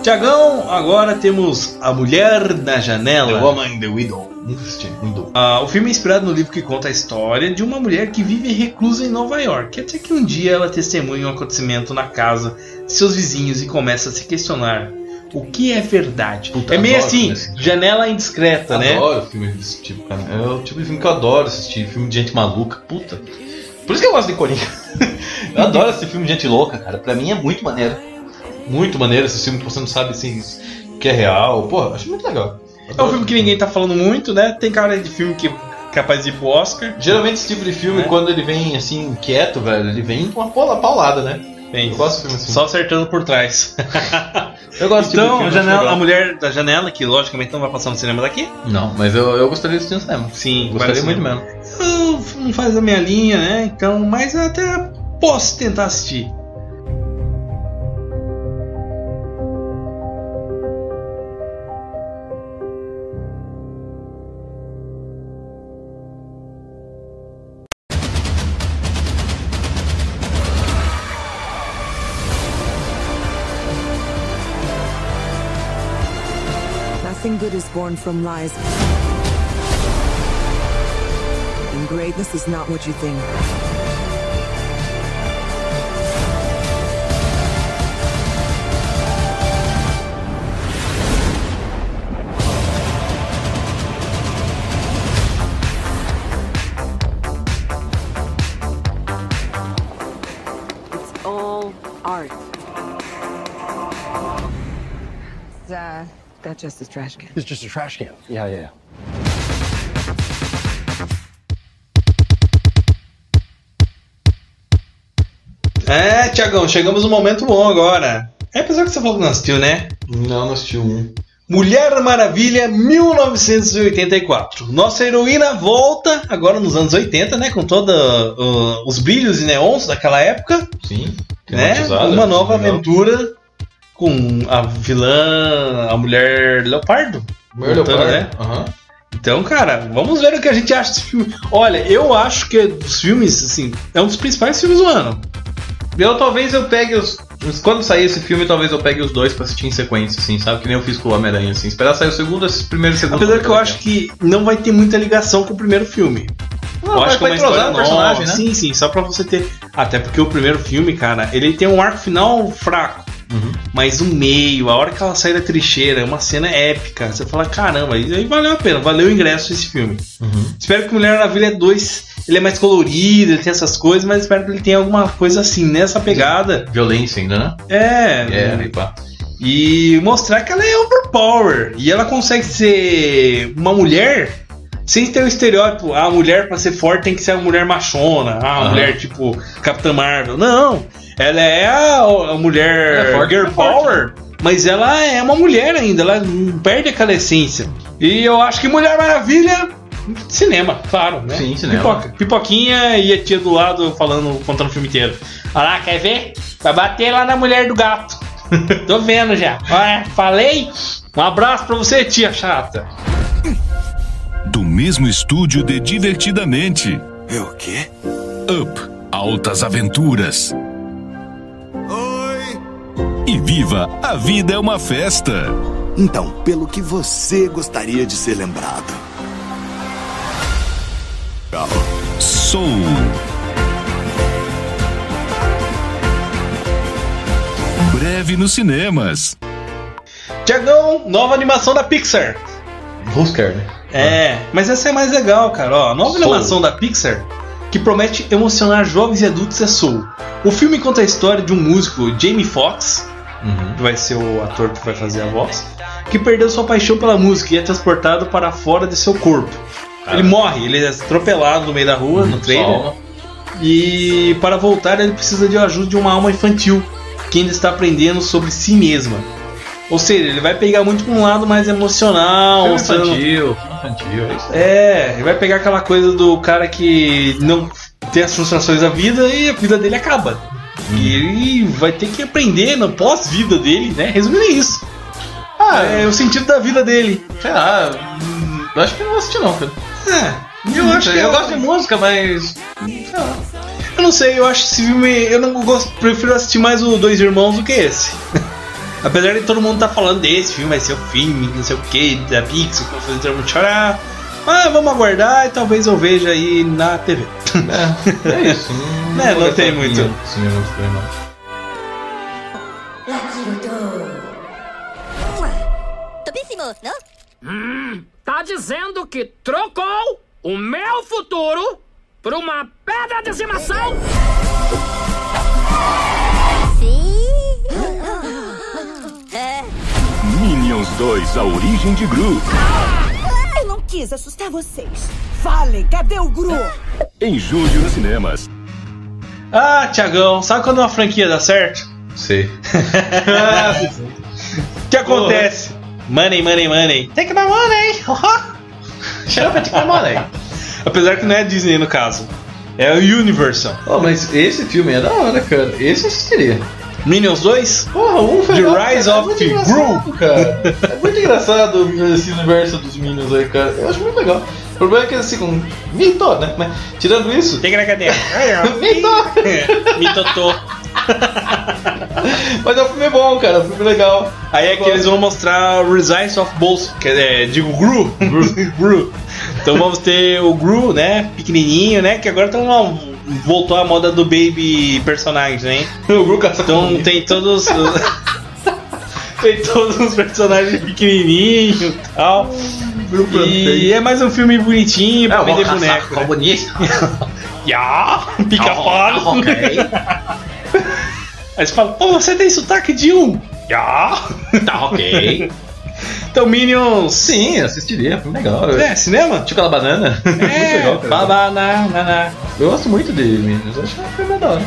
F: Tiagão, agora temos A Mulher na Janela.
G: Woman in the Widow. Nunca assisti. Widow.
F: Ah, o filme é inspirado no livro que conta a história de uma mulher que vive reclusa em Nova York, até que um dia ela testemunha um acontecimento na casa de seus vizinhos e começa a se questionar o que é verdade.
G: Puta,
F: é meio
G: adoro
F: assim,
G: esse filme.
F: janela indiscreta, né?
G: Adoro filme desse tipo, cara. É o tipo de filme que eu adoro assistir. Filme de gente maluca. Puta. Por isso que eu gosto de Coringa. eu adoro esse filme de gente louca, cara. Pra mim é muito maneiro. Muito maneiro esse filme que você não sabe assim, que é real. Porra, acho muito legal.
F: um É um filme que ninguém tá falando muito, né? Tem cara de filme que capaz de ir pro Oscar.
G: Geralmente esse tipo de filme,
F: Né?
G: quando ele vem assim, quieto, velho, ele vem com uma pola paulada, né?
F: Bem,
G: Eu gosto de filme assim.
F: só acertando por trás.
G: Eu gosto de tipo
F: Então,
G: filme
F: a,
G: assim,
F: janela-
G: legal.
F: a mulher da janela, que logicamente não vai passar no cinema daqui.
G: Não, mas eu, eu gostaria de assistir no cinema.
F: Sim,
G: Gostaria
F: parece-
G: muito mesmo.
F: Eu- não faz a minha linha, né? Então, mas eu até posso tentar assistir.
H: Nothing good is born from lies. And greatness is not what you think. It's all art. Uh, that's just a trash can.
J: It's just a trash can. Yeah, yeah.
F: É, Tiagão, chegamos no momento bom agora. É apesar que você falou que não assistiu, né?
G: Não, não assisti um.
F: Mulher Maravilha 1984. Nossa heroína volta agora nos anos 80, né? Com todos uh, os brilhos e neons daquela época.
G: Sim.
F: né?
G: Tematizada,
F: Uma nova
G: legal.
F: aventura com a vilã, a mulher Leopardo.
G: Mulher
F: Voltando,
G: Leopardo.
F: né?
G: Aham.
F: Então, cara, vamos ver o que a gente acha desse filme. Olha, eu acho que é dos filmes, assim, é um dos principais filmes do ano.
G: Eu talvez eu pegue os. Quando sair esse filme, talvez eu pegue os dois pra assistir em sequência, assim, sabe? Que nem eu fiz com o Homem-Aranha, assim. Esperar sair o segundo, esse primeiro e o segundo.
F: Apesar que eu acho que não vai ter muita ligação com o primeiro filme.
G: Não,
F: eu
G: vai-
F: acho que é
G: ah, vai
F: uma
G: entrosar
F: história
G: o personagem,
F: nova.
G: né?
F: Sim, sim, só pra você ter. Até porque o primeiro filme, cara, ele tem um arco final fraco. Mas o meio, a hora que ela sai da trincheira, é uma cena épica. Você fala, caramba, e aí valeu a pena, valeu o ingresso esse filme. Espero que Mulher Maravilha 2 ele é mais colorido, ele tem essas coisas, mas espero que ele tenha alguma coisa assim, nessa pegada.
G: Violência ainda, né?
F: É.
G: Guerra e pá.
F: E mostrar que ela é overpower. E ela consegue ser uma mulher sem ter o estereótipo. Ah, a mulher pra ser forte tem que ser uma mulher machona. Ah, uma
G: Aham.
F: mulher tipo Capitã Marvel. Não. Ela é a, a mulher
G: É forte,
F: girl
G: é forte,
F: power. Mas ela é uma mulher ainda, ela não perde aquela essência. E eu acho que Mulher Maravilha, cinema, claro, né?
G: Sim, cinema.
F: Pipoquinha e a tia do lado falando, contando o filme inteiro. Olha lá, quer ver? Vai bater lá na mulher do gato. Tô vendo já. Olha, falei? Um abraço pra você, tia chata.
K: Do mesmo estúdio de Divertidamente. É o quê? Up Altas Aventuras. Oi! E viva A Vida é uma Festa.
J: Então, pelo que você gostaria de ser lembrado?
K: Soul. Breve nos cinemas.
F: Tiagão, nova animação da Pixar.
G: Husker, né?
F: É, mas essa é mais legal, cara. Ó, a nova
G: Soul.
F: animação da Pixar que promete emocionar jovens e adultos é Soul. O filme conta a história de um músico, Jamie Foxx,
G: Uhum.
F: que vai ser o ator que vai fazer a voz, que perdeu sua paixão pela música e é transportado para fora de seu corpo. Ele morre, ele é atropelado no meio da rua, no trailer.
G: Uhum. Só.
F: E para voltar, ele precisa de ajuda de uma alma infantil que ainda está aprendendo sobre si mesma. Ou seja, ele vai pegar muito pra um lado mais emocional,
G: Filme
F: mostrando-
G: infantil. filme Infantil, é isso.
F: é, ele vai pegar aquela coisa do cara que não tem as frustrações da vida e a vida dele acaba. E ele vai ter que aprender na pós-vida dele, né? Resumindo é isso. Ah, é o sentido da vida dele.
G: Sei lá. hum, Eu acho que eu não vou assistir, não, cara.
F: É, eu acho que
G: eu
F: é-
G: gosto de música, mas.
F: Eu não sei, eu acho esse filme. Eu não gosto, prefiro assistir mais o Dois Irmãos do que esse. Apesar de todo mundo tá falando desse filme, vai ser o filme, não sei o que, da Pixar, que vai fazer todo mundo chorar. Mas vamos aguardar e talvez eu veja aí na TV.
G: É, é isso.
F: É, não
G: vou
F: tem
G: gastar
F: muito.
G: dinheiro com Cinema não foi, não.
C: Tá dizendo que trocou o meu futuro por uma pedra de estimação?
K: Minions 2, a origem de Gru.
I: Eu não quis assustar vocês.
L: falem! Cadê o Gru?
K: Em julho nos cinemas.
F: Ah, Tiagão, sabe quando uma franquia dá certo?
G: Sei.
F: O que acontece? Money, money, money. Take my money! Shut up and take my money! Apesar que não é Disney no caso. É o Universal.
G: Oh, mas esse filme é da hora, cara. Esse eu assistiria.
F: Minions 2?
G: Porra, um foi
F: The
G: bom,
F: Rise
G: cara,
F: of
G: é muito
F: the
G: engraçado,
F: Gru.
G: cara. É muito engraçado esse universo dos Minions aí, cara. Eu acho muito legal. O problema é que assim, com mito, né? Mas tirando isso.
F: Tem que na cadeia. É,
G: um mito!
F: Mitotô.
G: Mas é um filme bom, cara. É um filme legal.
F: Aí é que eles vão mostrar o Rise of Balls. que é, digo, Gru. Gru. Então vamos ter o Gru, né? Pequenininho, né? Que agora tá uma, voltou a moda do baby personagem, né?
G: O Gru caça
F: Então tem todos. tem todos os personagens pequenininhos e tal. E é mais um filme bonitinho
G: Ah,
F: pra vender boneco. né?
G: bonito.
F: Ya,
G: Ah,
F: pica-pau. Aí você fala, pô, você tem sotaque de um. Ya.
G: Tá ok.
F: Então, Minions.
G: Sim, assistiria. Foi legal.
F: É, cinema? É.
G: Tio aquela banana. muito legal, cara.
F: Babana, naná.
G: Eu gosto muito de Minions. Acho que é um filme da hora.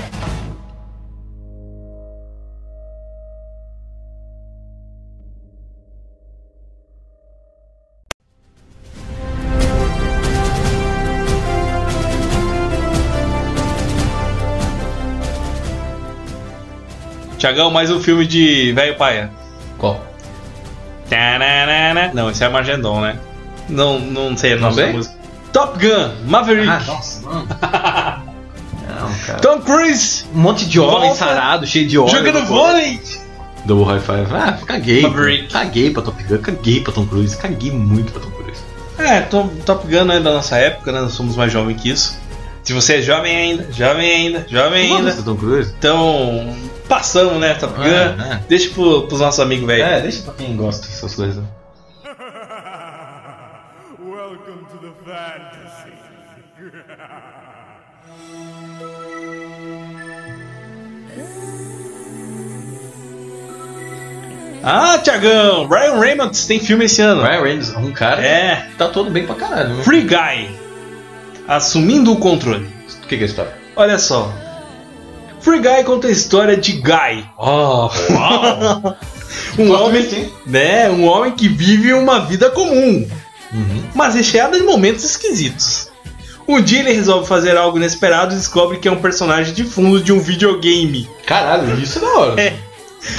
F: Tiagão, mais um filme de velho paia.
G: Qual?
F: Tananana. Não, esse é Armagedon, né? Não, não sei o
G: Não
F: nome da
G: sei?
F: música. Top Gun, Maverick,
G: Ah, nossa, mano. Não, cara.
F: Tom Cruise,
G: Um monte de homem
F: Volta.
G: sarado, cheio de óleo.
F: jogando
G: no corpo.
F: vôlei.
G: Double High Five. Ah, caguei.
F: Maverick.
G: Caguei pra Top Gun, caguei pra Tom Cruise, caguei muito pra Tom Cruise.
F: É, Tom- Top Gun não é da nossa época, né? Nós somos mais jovens que isso. Se você é jovem ainda, jovem ainda, jovem
G: Ainda.
F: ainda,
G: Gosta do Tom Cruise?
F: então passamos, né, Top Gun.
G: É, é.
F: Deixa pro, pros nossos amigos velhos.
G: É, deixa pra quem gosta dessas coisas.
E: Welcome to the fantasy.
F: Ah, Tiagão, Ryan Reynolds tem filme esse ano.
G: Ryan Reynolds, um cara
F: É,
G: que tá todo bem pra caralho, né?
F: Free Guy, assumindo o controle.
G: O que que é a história?
F: Olha só. Free Guy conta a história de Guy.
G: Oh,
F: Um
G: Gosto
F: homem,
G: disso, hein?
F: né, um homem que vive uma vida comum, mas recheada de momentos esquisitos. Um dia ele resolve fazer algo inesperado e descobre que é um personagem de fundo de um videogame.
G: Caralho, isso é da hora.
F: É.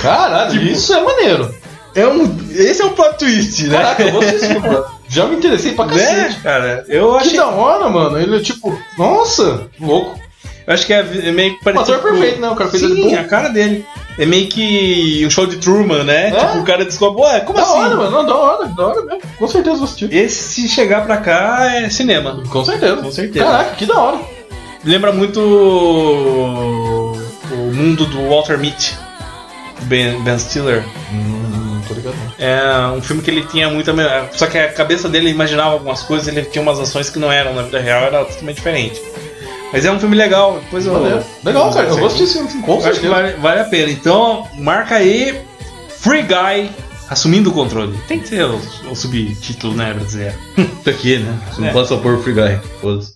G: Caralho,
F: Tipo-
G: isso é maneiro.
F: É um, esse é um plot twist, né?
G: Caraca, eu vou assistir, mano. Já me interessei pra
F: né,
G: cacete.
F: cara? Eu
G: Que
F: achei,
G: da hora, mano. Ele é tipo, nossa, louco.
F: eu acho que é vi- é meio que parecido.
G: ator perfeito, né? O cara fez ele
F: Sim,
G: bom.
F: a cara dele. É meio que um show de Truman, né?
G: É?
F: Tipo, o cara descobre, ué, como
G: da
F: assim?
G: hora, mano. Não, da hora, da hora mesmo. Com certeza vou assistir.
F: Esse se chegar pra cá é cinema.
G: Com certeza.
F: Com certeza.
G: Caraca, que da hora.
F: Lembra muito o o mundo do Walter Mitty, do Ben, ben Stiller.
G: Hum, tô ligado.
F: É um filme que ele tinha muita. me- Só que a cabeça dele imaginava algumas coisas, ele tinha umas ações que não eram na vida real, era totalmente diferente. Mas é um filme legal, depois eu.
G: Valeu. Legal, cara. Eu vou assistir esse filme. Com
F: Eu acho que
G: certeza.
F: vale, vale a pena. Então, marca aí Free Guy assumindo o controle. Tem que ser o, o subtítulo, né, brasileiro?
G: Tá aqui, né? Você
F: É.
G: pode só pôr o Free Guy. Foda-se.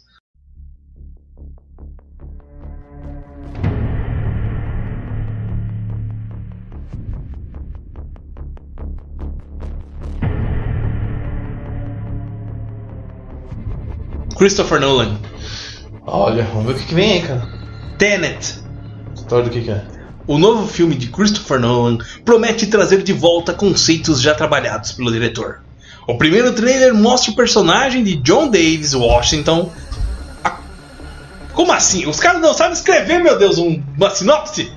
F: Christopher Nolan.
G: Olha, vamos ver o que, que vem aí, cara.
F: Tenet.
G: História do que, que é.
F: O novo filme de Christopher Nolan promete trazer de volta conceitos já trabalhados pelo diretor. O primeiro trailer mostra o personagem de John Davis Washington. A- Como assim? Os caras não sabem escrever, meu Deus, um- uma sinopse?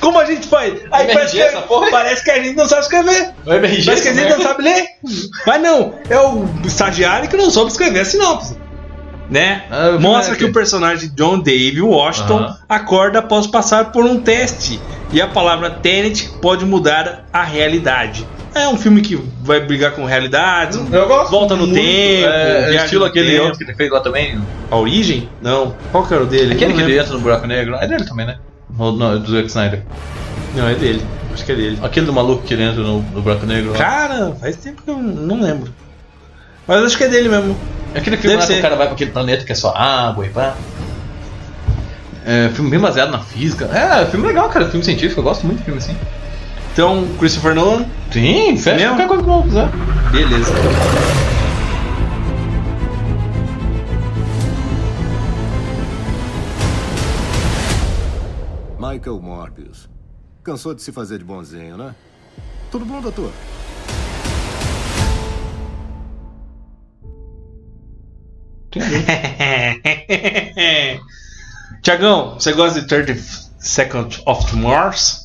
F: Como a gente faz? Aí
G: MRG
F: parece que,
G: essa porra?
F: parece que a gente não sabe escrever.
G: O MRG.
F: Parece que a
G: né?
F: gente não sabe ler. né? Mas não, é o estagiário que não soube escrever a sinopse. Né?
G: Ah, eu vi
F: Mostra
G: aqui.
F: que o personagem John Dave Washington
G: Aham.
F: acorda após passar por um teste. E a palavra Tenet pode mudar a realidade. É um filme que vai brigar com realidade.
G: Eu gosto.
F: Volta no
G: muito.
F: tempo,
G: É,
F: viagem
G: estilo
F: no
G: aquele
F: tempo.
G: outro que ele fez lá também.
F: A origem? Não. Qual que era o dele?
G: Aquele
F: Não
G: que ele
F: lembro.
G: entra no buraco negro. É dele também, né? Ou Não, é do Zack Snyder.
F: Não, é dele. Acho que é dele.
G: Aquele do maluco que ele entra no, no buraco negro. lá.
F: Cara, faz tempo que eu não lembro. Mas acho que é dele mesmo. É aquele
G: filme lá que o cara
F: vai pra aquele planeta que é só água e pá. É, filme bem baseado na física. É, filme legal, cara. Filme científico, eu gosto muito de filme assim. Então, Christopher Nolan. Sim, fecha
G: mesmo?
F: qualquer coisa que vamos usar. Beleza.
L: Michael Morbius. Cansou de se fazer de bonzinho, né? Tudo bom, doutor?
F: Tiagão, você gosta de 30 Seconds of Tomorrow's?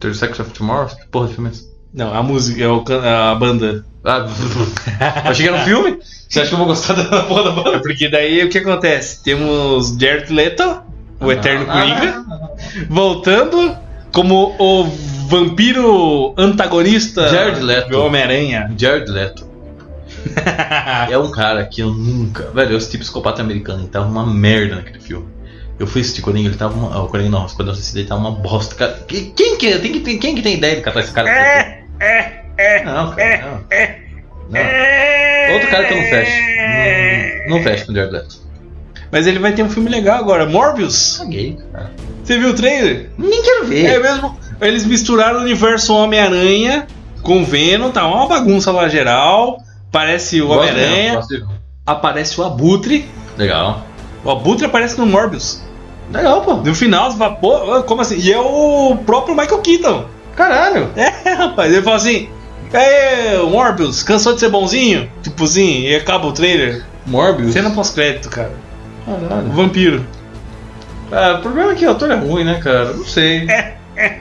G: 30 Seconds of Tomorrow? Que porra de filme é esse?
F: Não, a música, é o can- a banda. Ah.
G: Ah, achei que era um filme. Você acha que eu vou gostar da porra da banda?
F: É porque daí o que acontece? Temos Jared Leto, o Eterno Coringa, voltando como o vampiro antagonista
G: Jared Leto.
F: do Homem-Aranha.
G: Jared Leto. é um cara que eu nunca. Velho, eu assisti Psicopata Americano, ele tava uma merda naquele filme. Eu fui assistir Coringa, ele tava uma. ah, O Coringa não, o Esquadrão Suicida, ele tava uma bosta. Cara, Que- quem, que, tem que, tem, quem que tem ideia de catar esse cara? É, é, não, cara, não.
F: é.
G: Não. Outro cara que eu não fecho. Não, não fecho com o Jared Leto.
F: Mas ele vai ter um filme legal agora, Morbius.
G: Caguei, cara.
F: Você viu o trailer?
G: Nem quero ver.
F: É mesmo. Eles misturaram o universo Homem-Aranha com Venom, tá uma bagunça lá geral. Parece o
G: Gosto mesmo,
F: Homem-Aranha,
G: gosto de ver.
F: aparece o Abutre.
G: Legal.
F: O Abutre aparece no Morbius.
G: Legal, pô.
F: No final, você fala, pô, como assim? E é o próprio Michael Keaton.
G: Caralho.
F: É, rapaz, ele fala assim: Ei, Morbius, cansou de ser bonzinho? Tipo assim, e acaba o trailer.
G: Morbius.
F: Cena pós-crédito, cara. O
G: Caralho.
F: vampiro.
G: Ah, o problema é que o ator é ruim, né, cara? Não sei.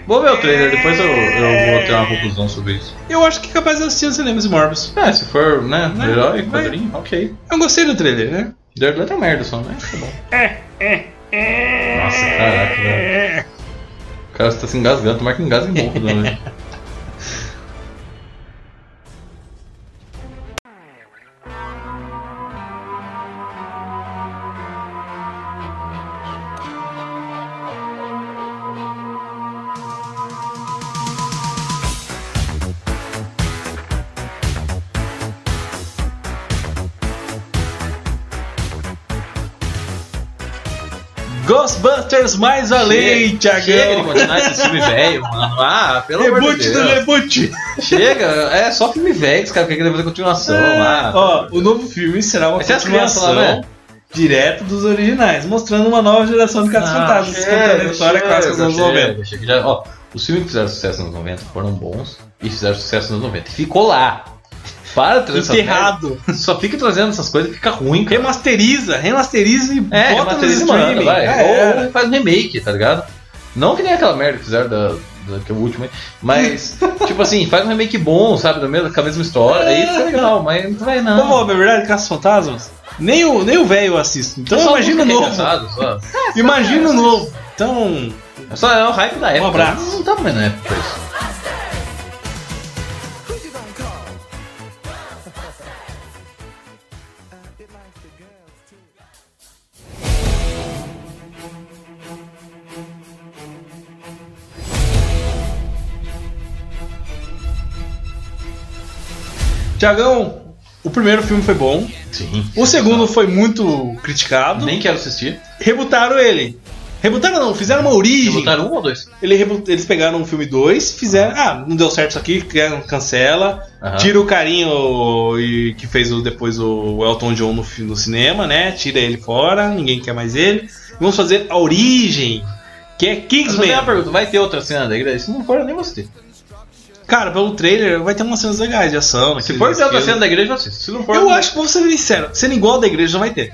G: Vou ver o trailer, depois eu, eu vou ter uma conclusão sobre isso.
F: Eu acho que é capaz de assistir no cinema esse Morbius.
G: É, se for, né,
F: Né?
G: herói,
F: Vai.
G: quadrinho, ok.
F: Eu gostei do trailer, né?
G: Jared Leto é um merda só, né? Tá bom. Nossa, caraca, velho. O cara tá se engasgando, tomara que engasgue um pouco, né?
F: Ghostbusters mais além,
G: Chega de
F: Thiagão.
G: continuar esse filme velho, mano. Ah, pelo amor de
F: Reboot do
G: Deus.
F: reboot.
G: Chega, é só filme velho que os caras querem fazer continuação
F: É,
G: ah. lá.
F: Ó, o novo filme será uma
G: Vai ser as crianças lá,
F: continuação
G: né?
F: direto dos originais, mostrando uma nova geração de
G: Ah,
F: caras fantasmas
G: é,
F: cantando a história clássica dos anos 90.
G: Já, ó, os filmes que fizeram sucesso nos 90 foram bons e fizeram sucesso nos 90. E Ficou lá. Para de trazer essas
F: Enterrado.
G: merdas. Só fica trazendo essas coisas que fica ruim, cara.
F: Remasteriza, remasteriza e
G: É,
F: bota no
G: remasteriza e manda,
F: streaming.
G: vai.
F: É, era.
G: Ou faz um remake, tá ligado? Não que nem aquela merda que fizeram da, da que é o último aí. Mas, tipo assim, faz um remake bom, sabe? Da mesma, com a mesma história. Aí fica legal, mas não vai
F: Vamos
G: não.
F: lá, na é verdade, Caça Fantasmas? Nem o nem o velho eu assisto. Então
G: É Só Ah,
F: imagina o
G: música
F: novo.
G: engraçada, Só. é,
F: Imagina o novo. Então.
G: Só é o hype da época.
F: Um abraço.
G: Não tava mais na época isso.
F: Tiagão, o primeiro filme foi bom.
G: Sim.
F: O segundo foi muito criticado.
G: Tá. Nem quero assistir.
F: Rebutaram ele. Rebutaram não, fizeram uma origem.
G: Botaram um ou dois?
F: Ele rebu- eles pegaram o filme 2, fizeram. Ah, não deu certo isso aqui, criaram- cancela.
G: Aham.
F: Tira o carinho e- que fez o- depois o Elton John no, fi- no cinema, né? Tira ele fora, ninguém quer mais ele. Vamos fazer a origem, que é
G: Eu só
F: Kingsman.
G: tenho uma pergunta, vai ter outra cena da igreja? Se não for, eu nem vou assistir.
F: Cara, pelo trailer vai ter umas cenas legais de ação.
G: Se for ter outra cena
F: cena
G: da igreja, eu assisto. Se não for,
F: Eu acho que vou ser sincero, sendo igual da igreja não vai ter.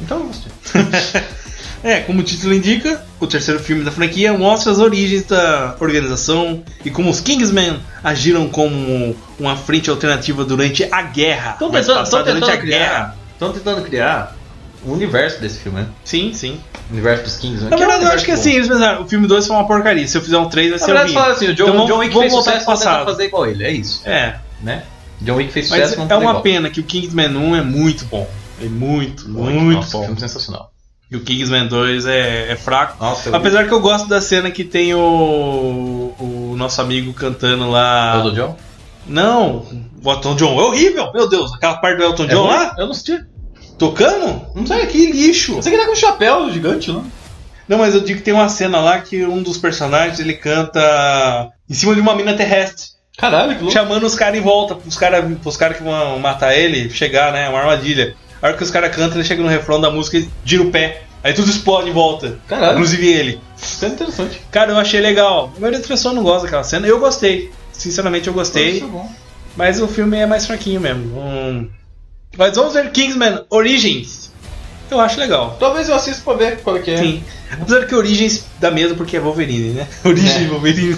G: Então eu vou assistir.
F: é, como o título indica, o terceiro filme da franquia mostra as origens da organização e como os Kingsmen agiram como uma frente alternativa durante a guerra.
G: Estão
F: Mas
G: tentando,
F: passar
G: tão
F: durante
G: tentando criar. Estão tentando criar o universo desse filme, né?
F: Sim, sim.
G: O universo dos Kings. né? é
F: Na verdade, eu acho que assim, eles pensaram, o filme 2 foi uma porcaria, se eu fizer um 3 vai
G: um Na
F: ser um
G: verdade,
F: ruim.
G: falaram assim: o John,
F: Então
G: o John Wick
F: vamos
G: fez
F: voltar
G: sucesso,
F: pro
G: vamos tentar
F: passado.
G: fazer igual ele. É isso,
F: É,
G: né? John Wick fez
F: mas
G: sucesso, vamos
F: é
G: fazer
F: uma
G: igual.
F: pena que o Kingsman 1 é muito bom. É muito, muito,
G: Nossa, que
F: bom.
G: filme sensacional.
F: E o Kingsman 2 é, é fraco.
G: Nossa, eu-
F: Apesar que eu gosto da cena que tem o, o nosso amigo cantando
G: O
F: lá.
G: do John?
F: Não, o Elton John é horrível, meu Deus, aquela parte do Elton John
G: ruim?
F: lá.
G: Eu não assisti.
F: Tocando? Não sei, que lixo.
G: Você que tá com um chapéu gigante, não?
F: Não, mas eu digo que tem uma cena lá que um dos personagens ele canta em cima de uma mina terrestre.
G: Caralho, que louco.
F: Chamando os caras em volta, pros caras pros cara que vão matar ele chegar, né? Uma armadilha. A hora que os caras cantam, ele chega no refrão da música e gira o pé. Aí tudo explode em volta.
G: Caralho.
F: Inclusive ele.
G: Isso é interessante.
F: Cara, eu achei legal. A maioria das pessoas não gosta daquela cena. Eu gostei. Sinceramente, eu gostei.
G: Isso é bom.
F: Mas o filme é mais fraquinho mesmo. Hum. Mas vamos ver Kingsman Origins. Eu acho legal.
G: Talvez eu assista pra ver qual é que é.
F: Sim. Apesar que Origins dá medo porque é Wolverine, né? Origem
G: É.
F: Wolverine.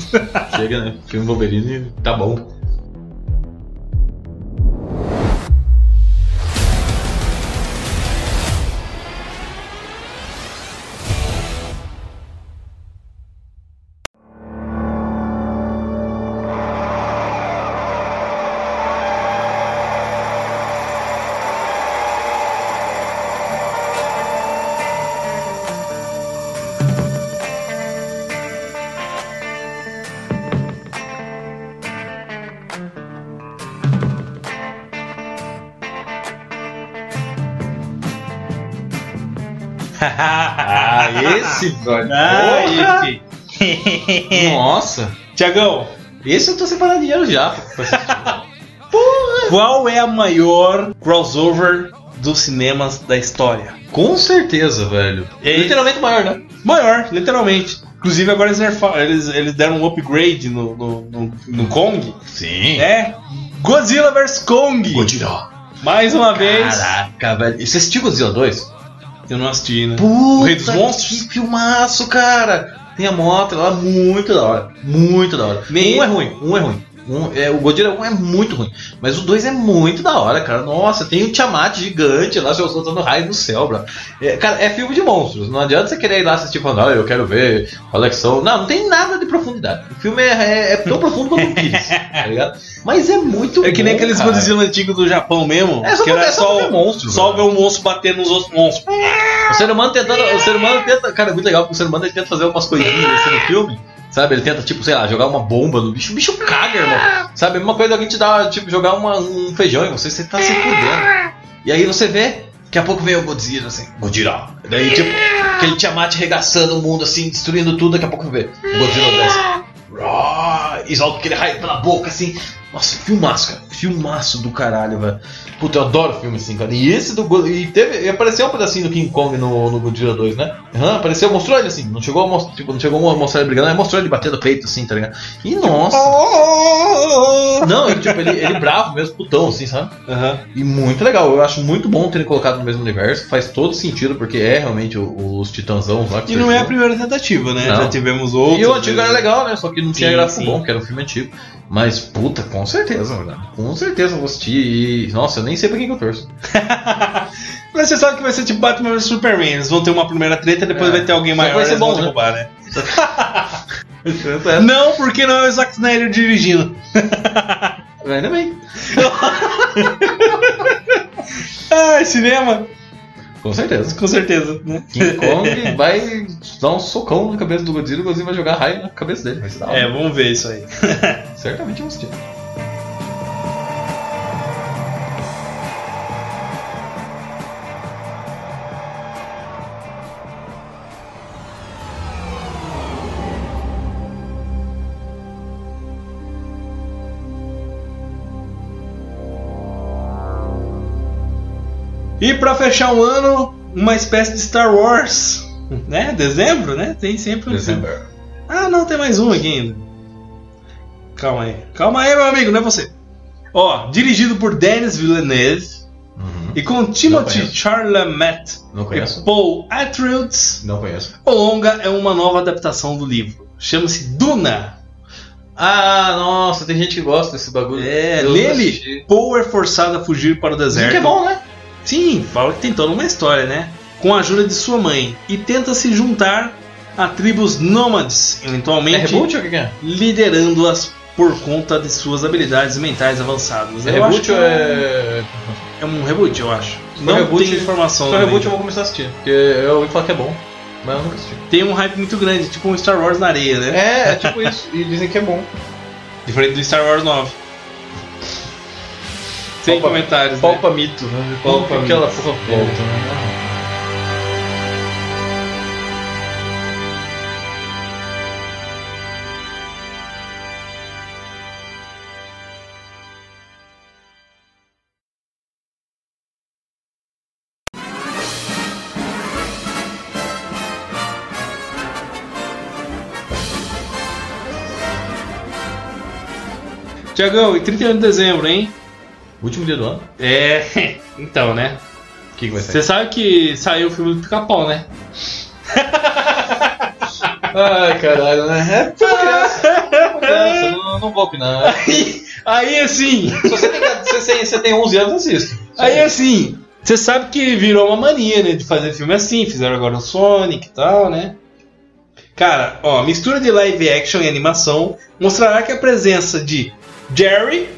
G: Chega, né? Filme Wolverine, tá bom. Ah, esse, brother.
F: Ah,
G: Porra! Nossa.
F: Tiagão,
G: Esse eu tô separando dinheiro já. pra assistir.
F: qual é a maior crossover dos cinemas da história?
G: Com certeza, velho.
F: Esse-
G: Literalmente maior, né?
F: Maior, literalmente. Inclusive agora eles, nerfa- eles, eles deram um upgrade no, no, no, no Kong.
G: Sim.
F: É. Godzilla vs Kong!
G: Godzilla.
F: Mais uma vez.
G: Caraca, velho. E Você assistiu Godzilla 2?
F: Eu não assisti, né?
G: Puta,
F: Rei dos Monstros?
G: Que filmaço, cara! Tem a moto lá, muito da hora. Muito da hora.
F: Me-
G: Um é ruim, um é ruim. Um, é, o Godzilla 1 é muito ruim. Mas o 2 é muito da hora, cara. Nossa, tem o Tiamat gigante lá soltando raio no céu, bro. É, cara, é filme de monstros. Não adianta você querer ir lá assistir falando, ah, eu quero ver coleção. Não, não tem nada de profundidade. O filme é, é- é tão profundo quanto o Kids, tá ligado? Mas é muito
F: É que
G: bom,
F: nem aqueles
G: cara.
F: Godzilla antigos do Japão mesmo.
G: É só
F: que
G: pra- é só pra ver monstro,
F: Só ver
G: velho.
F: um monstro bater nos outros monstros.
G: O ser humano tentando. O ser humano tenta. Cara, é muito legal, porque o ser humano ele tenta fazer umas coisinhas assim no filme. Sabe? Ele tenta, tipo, sei lá, jogar uma bomba no bicho. O bicho caga, irmão. Sabe? A mesma coisa alguém te dá, tipo, jogar uma- um feijão em você, você tá se fudendo. E aí você é vê, daqui a pouco vem o Godzilla, assim. Godzilla. Daí, tipo, aquele Tiamat regaçando o mundo, assim, destruindo tudo, daqui a pouco vê. O Godzilla desce. Roar, E solta aquele raio pela boca, assim. Nossa, filmaço, cara. Filmaço do caralho, velho. Puta, eu adoro filme assim, cara. E esse do Go- e teve e apareceu um pedacinho do King Kong no, no Godzilla 2, né? Aham, apareceu, mostrou ele assim. Não chegou a mostrar, tipo, não chegou a mostrar ele brigando, mas mostrou ele batendo peito assim, tá ligado? E nossa. Não, ele, tipo, ele, ele bravo mesmo, putão, assim, sabe?
F: Aham.
G: E muito legal. Eu acho muito bom terem colocado no mesmo universo. Faz todo sentido, porque é realmente o- os titãzão lá que
F: E não é a
G: surgiu.
F: primeira tentativa, né?
G: Não.
F: Já tivemos outros.
G: E o antigo era
F: né?
G: legal, né? Só que não tinha
F: Sim,
G: gráfico
F: sim.
G: bom, que era um filme antigo. Mas, puta, com certeza, mano. Com certeza eu vou assistir. E, nossa, eu nem sei pra quem que eu torço.
F: Mas você sabe que vai ser tipo Batman vs Superman. Eles vão ter uma primeira treta, depois
G: É.
F: vai ter alguém
G: Só que
F: maior
G: vai ser
F: eles
G: bom,
F: vão
G: né?
F: derrubar, né?
G: Mas
F: Não, porque não é o Zack Snyder dirigindo.
G: Ainda bem.
F: Ah, cinema?
G: Com certeza.
F: Com certeza, né?
G: King Kong vai dar um socão na cabeça do Godzilla e o Godzilla vai jogar raio na cabeça dele. Vai se dar uma-
F: É, vamos ver isso aí.
G: Certamente eu vou assistir.
F: E pra fechar o ano, uma espécie de Star Wars. Né? Dezembro, né? Tem sempre um
G: December.
F: Ah, não, tem mais um aqui ainda. Calma aí. Calma aí, meu amigo, não é você. Ó, dirigido por Denis Villeneuve
G: Uhum.
F: e com
G: conheço.
F: Timothy Charlamette
G: Não
F: e
G: conheço.
F: Paul Atreides,
G: Não conheço.
F: o longa é uma nova adaptação do livro. Chama-se Duna.
G: Ah, nossa, tem gente que gosta desse bagulho.
F: É,
G: Eu
F: nele,
G: assisti.
F: Paul é forçado a fugir para o
G: Dizem
F: deserto.
G: que é bom, né?
F: Sim, fala que tem toda uma história, né? Com a ajuda de sua mãe e tenta se juntar a tribos nômades,
G: É
F: eventualmente
G: reboot ou o que que é?
F: liderando-as por conta de suas habilidades mentais avançadas.
G: É
F: Eu acho
G: reboot
F: que
G: ou é...
F: é um reboot, eu acho.
G: Se for
F: Não
G: reboot-
F: tem informação.
G: Se for reboot é
F: ainda.
G: eu vou começar a assistir, porque eu ouvi falar que é bom, mas eu nunca assisti.
F: Tem um hype muito grande, tipo um Star Wars na areia, né?
G: É, é tipo isso, e dizem que é bom.
F: Diferente do Star Wars 9. Sem comentários.
G: Palpa mito, né? é. Palpa
F: Palpa
G: aquela
F: mito.
G: porra
F: É.
G: volta, né?
F: Tiagão, e 31 de dezembro, hein?
G: Último dia do ano.
F: É, então, né?
G: O que, que vai sair?
F: Você sabe que saiu o filme do Pica-Pau, né?
G: Ai, caralho, né? É tudo criança. É tudo criança. Não, não vou opinar.
F: Aí assim,
G: Se você tem, se você tem- se você tem 11 anos, assista.
F: aí assim, você sabe que virou uma mania, né? De fazer filme assim, fizeram agora o Sonic e tal, né? Cara, ó, mistura de live action e animação mostrará que a presença de Jerry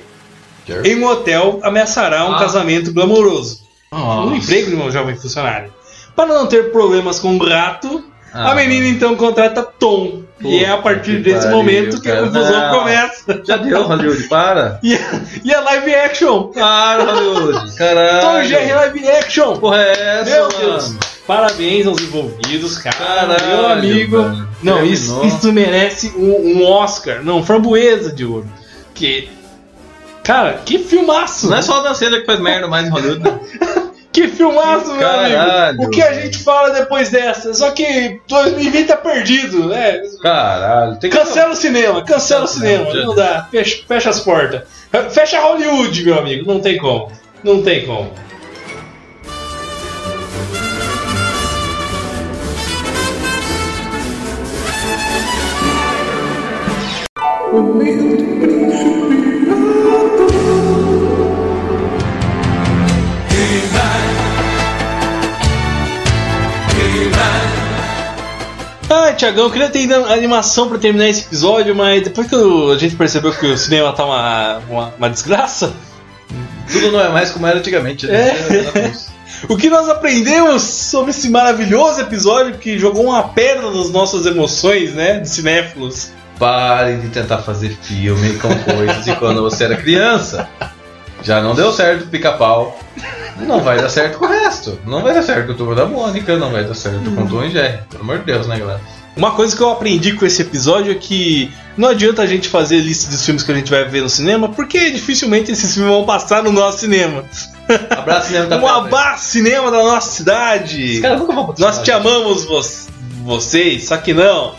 G: Jerry?
F: em um hotel ameaçará um
G: Ah.
F: casamento glamouroso. Um
G: Nossa.
F: emprego de um jovem funcionário. Para não ter problemas com o gato,
G: Ah.
F: a menina então contrata Tom. e é a partir
G: que
F: desse
G: pariu,
F: momento que a
G: cara.
F: confusão
G: Não.
F: começa.
G: Já deu, Hollywood, para.
F: E a, e a live action.
G: Para, Hollywood.
F: Tom
G: Caralho.
F: e Jerry live action.
G: porra é essa,
F: Meu
G: mano?
F: Deus. Parabéns aos envolvidos, cara.
G: Caralho,
F: meu amigo.
G: mano.
F: Não,
G: Terminou.
F: isso, isso merece um, um Oscar. Não, framboesa de ouro. Que. Cara, que filmaço!
G: Não é só a Dan Sandler que faz merda mais em Hollywood, né?
F: Que filmaço, meu
G: Caralho.
F: amigo! O que a gente fala depois dessa? Só que 2020 tá perdido, né?
G: Caralho. Tem que...
F: Cancela o cinema, cancela o cinema,
G: Não,
F: não dá, fecha, fecha as portas. Fecha Hollywood, meu amigo, não tem como, não tem como. Ah, Tiagão, eu queria ter ido a animação pra terminar esse episódio, mas depois que eu- a gente percebeu que o cinema tá uma, uma, uma desgraça,
G: Tudo não é mais como era antigamente. né?
F: É. o que nós aprendemos sobre esse maravilhoso episódio que jogou uma pedra nas nossas emoções, né, de cinéfilos?
G: Parem de tentar fazer filme com coisas de quando você era criança. Já não deu certo o pica-pau. Não vai dar certo com o resto. Não vai dar certo com o Turma da Mônica. Não vai dar certo com o Tom e Jerry. Pelo amor de Deus, né, galera?
F: Uma coisa que eu aprendi com esse episódio é que não adianta a gente fazer lista dos filmes que a gente vai ver no cinema, porque dificilmente esses filmes vão passar no nosso cinema.
G: Abraço, cinema da
F: Um abraço cinema da nossa cidade.
G: Cara, nunca vou patrocinar
F: Nós
G: a
F: te
G: gente.
F: amamos vo- vocês, só que não.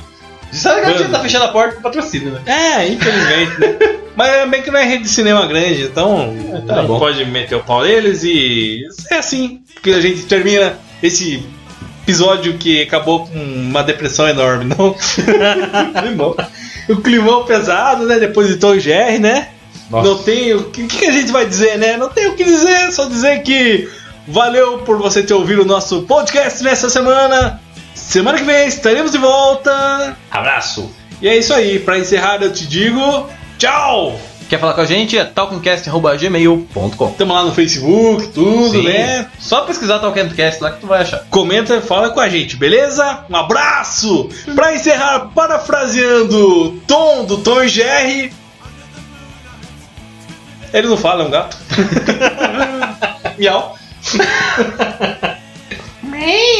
G: Sabe que a gente
F: Mano.
G: tá fechando a porta pro patrocínio, né?
F: É, infelizmente, né? Mas é bem que não é rede de cinema grande, então
G: tá
F: não
G: bom.
F: pode meter o pau neles e é assim que a gente termina esse episódio que acabou com uma depressão enorme, não?
G: Limão.
F: o climão pesado, né? Depois de Tom e Jerry, né?
G: Nossa.
F: Não tem o que, o que a gente vai dizer, né? Não tem o que dizer, só dizer que valeu por você ter ouvido o nosso podcast nessa semana. Semana que vem estaremos de volta.
G: Abraço.
F: E é isso aí, pra encerrar eu te digo tchau!
G: Quer falar com a gente? É talcomcast.gmail.com
F: Tamo lá no Facebook, tudo,
G: Sim.
F: né?
G: Só pesquisar Talcomcast lá que tu vai achar.
F: Comenta e fala com a gente, beleza? Um abraço! Pra encerrar, parafraseando Tom do Tom e Jerry. Ele não fala, é um gato. Miau.
I: Meio.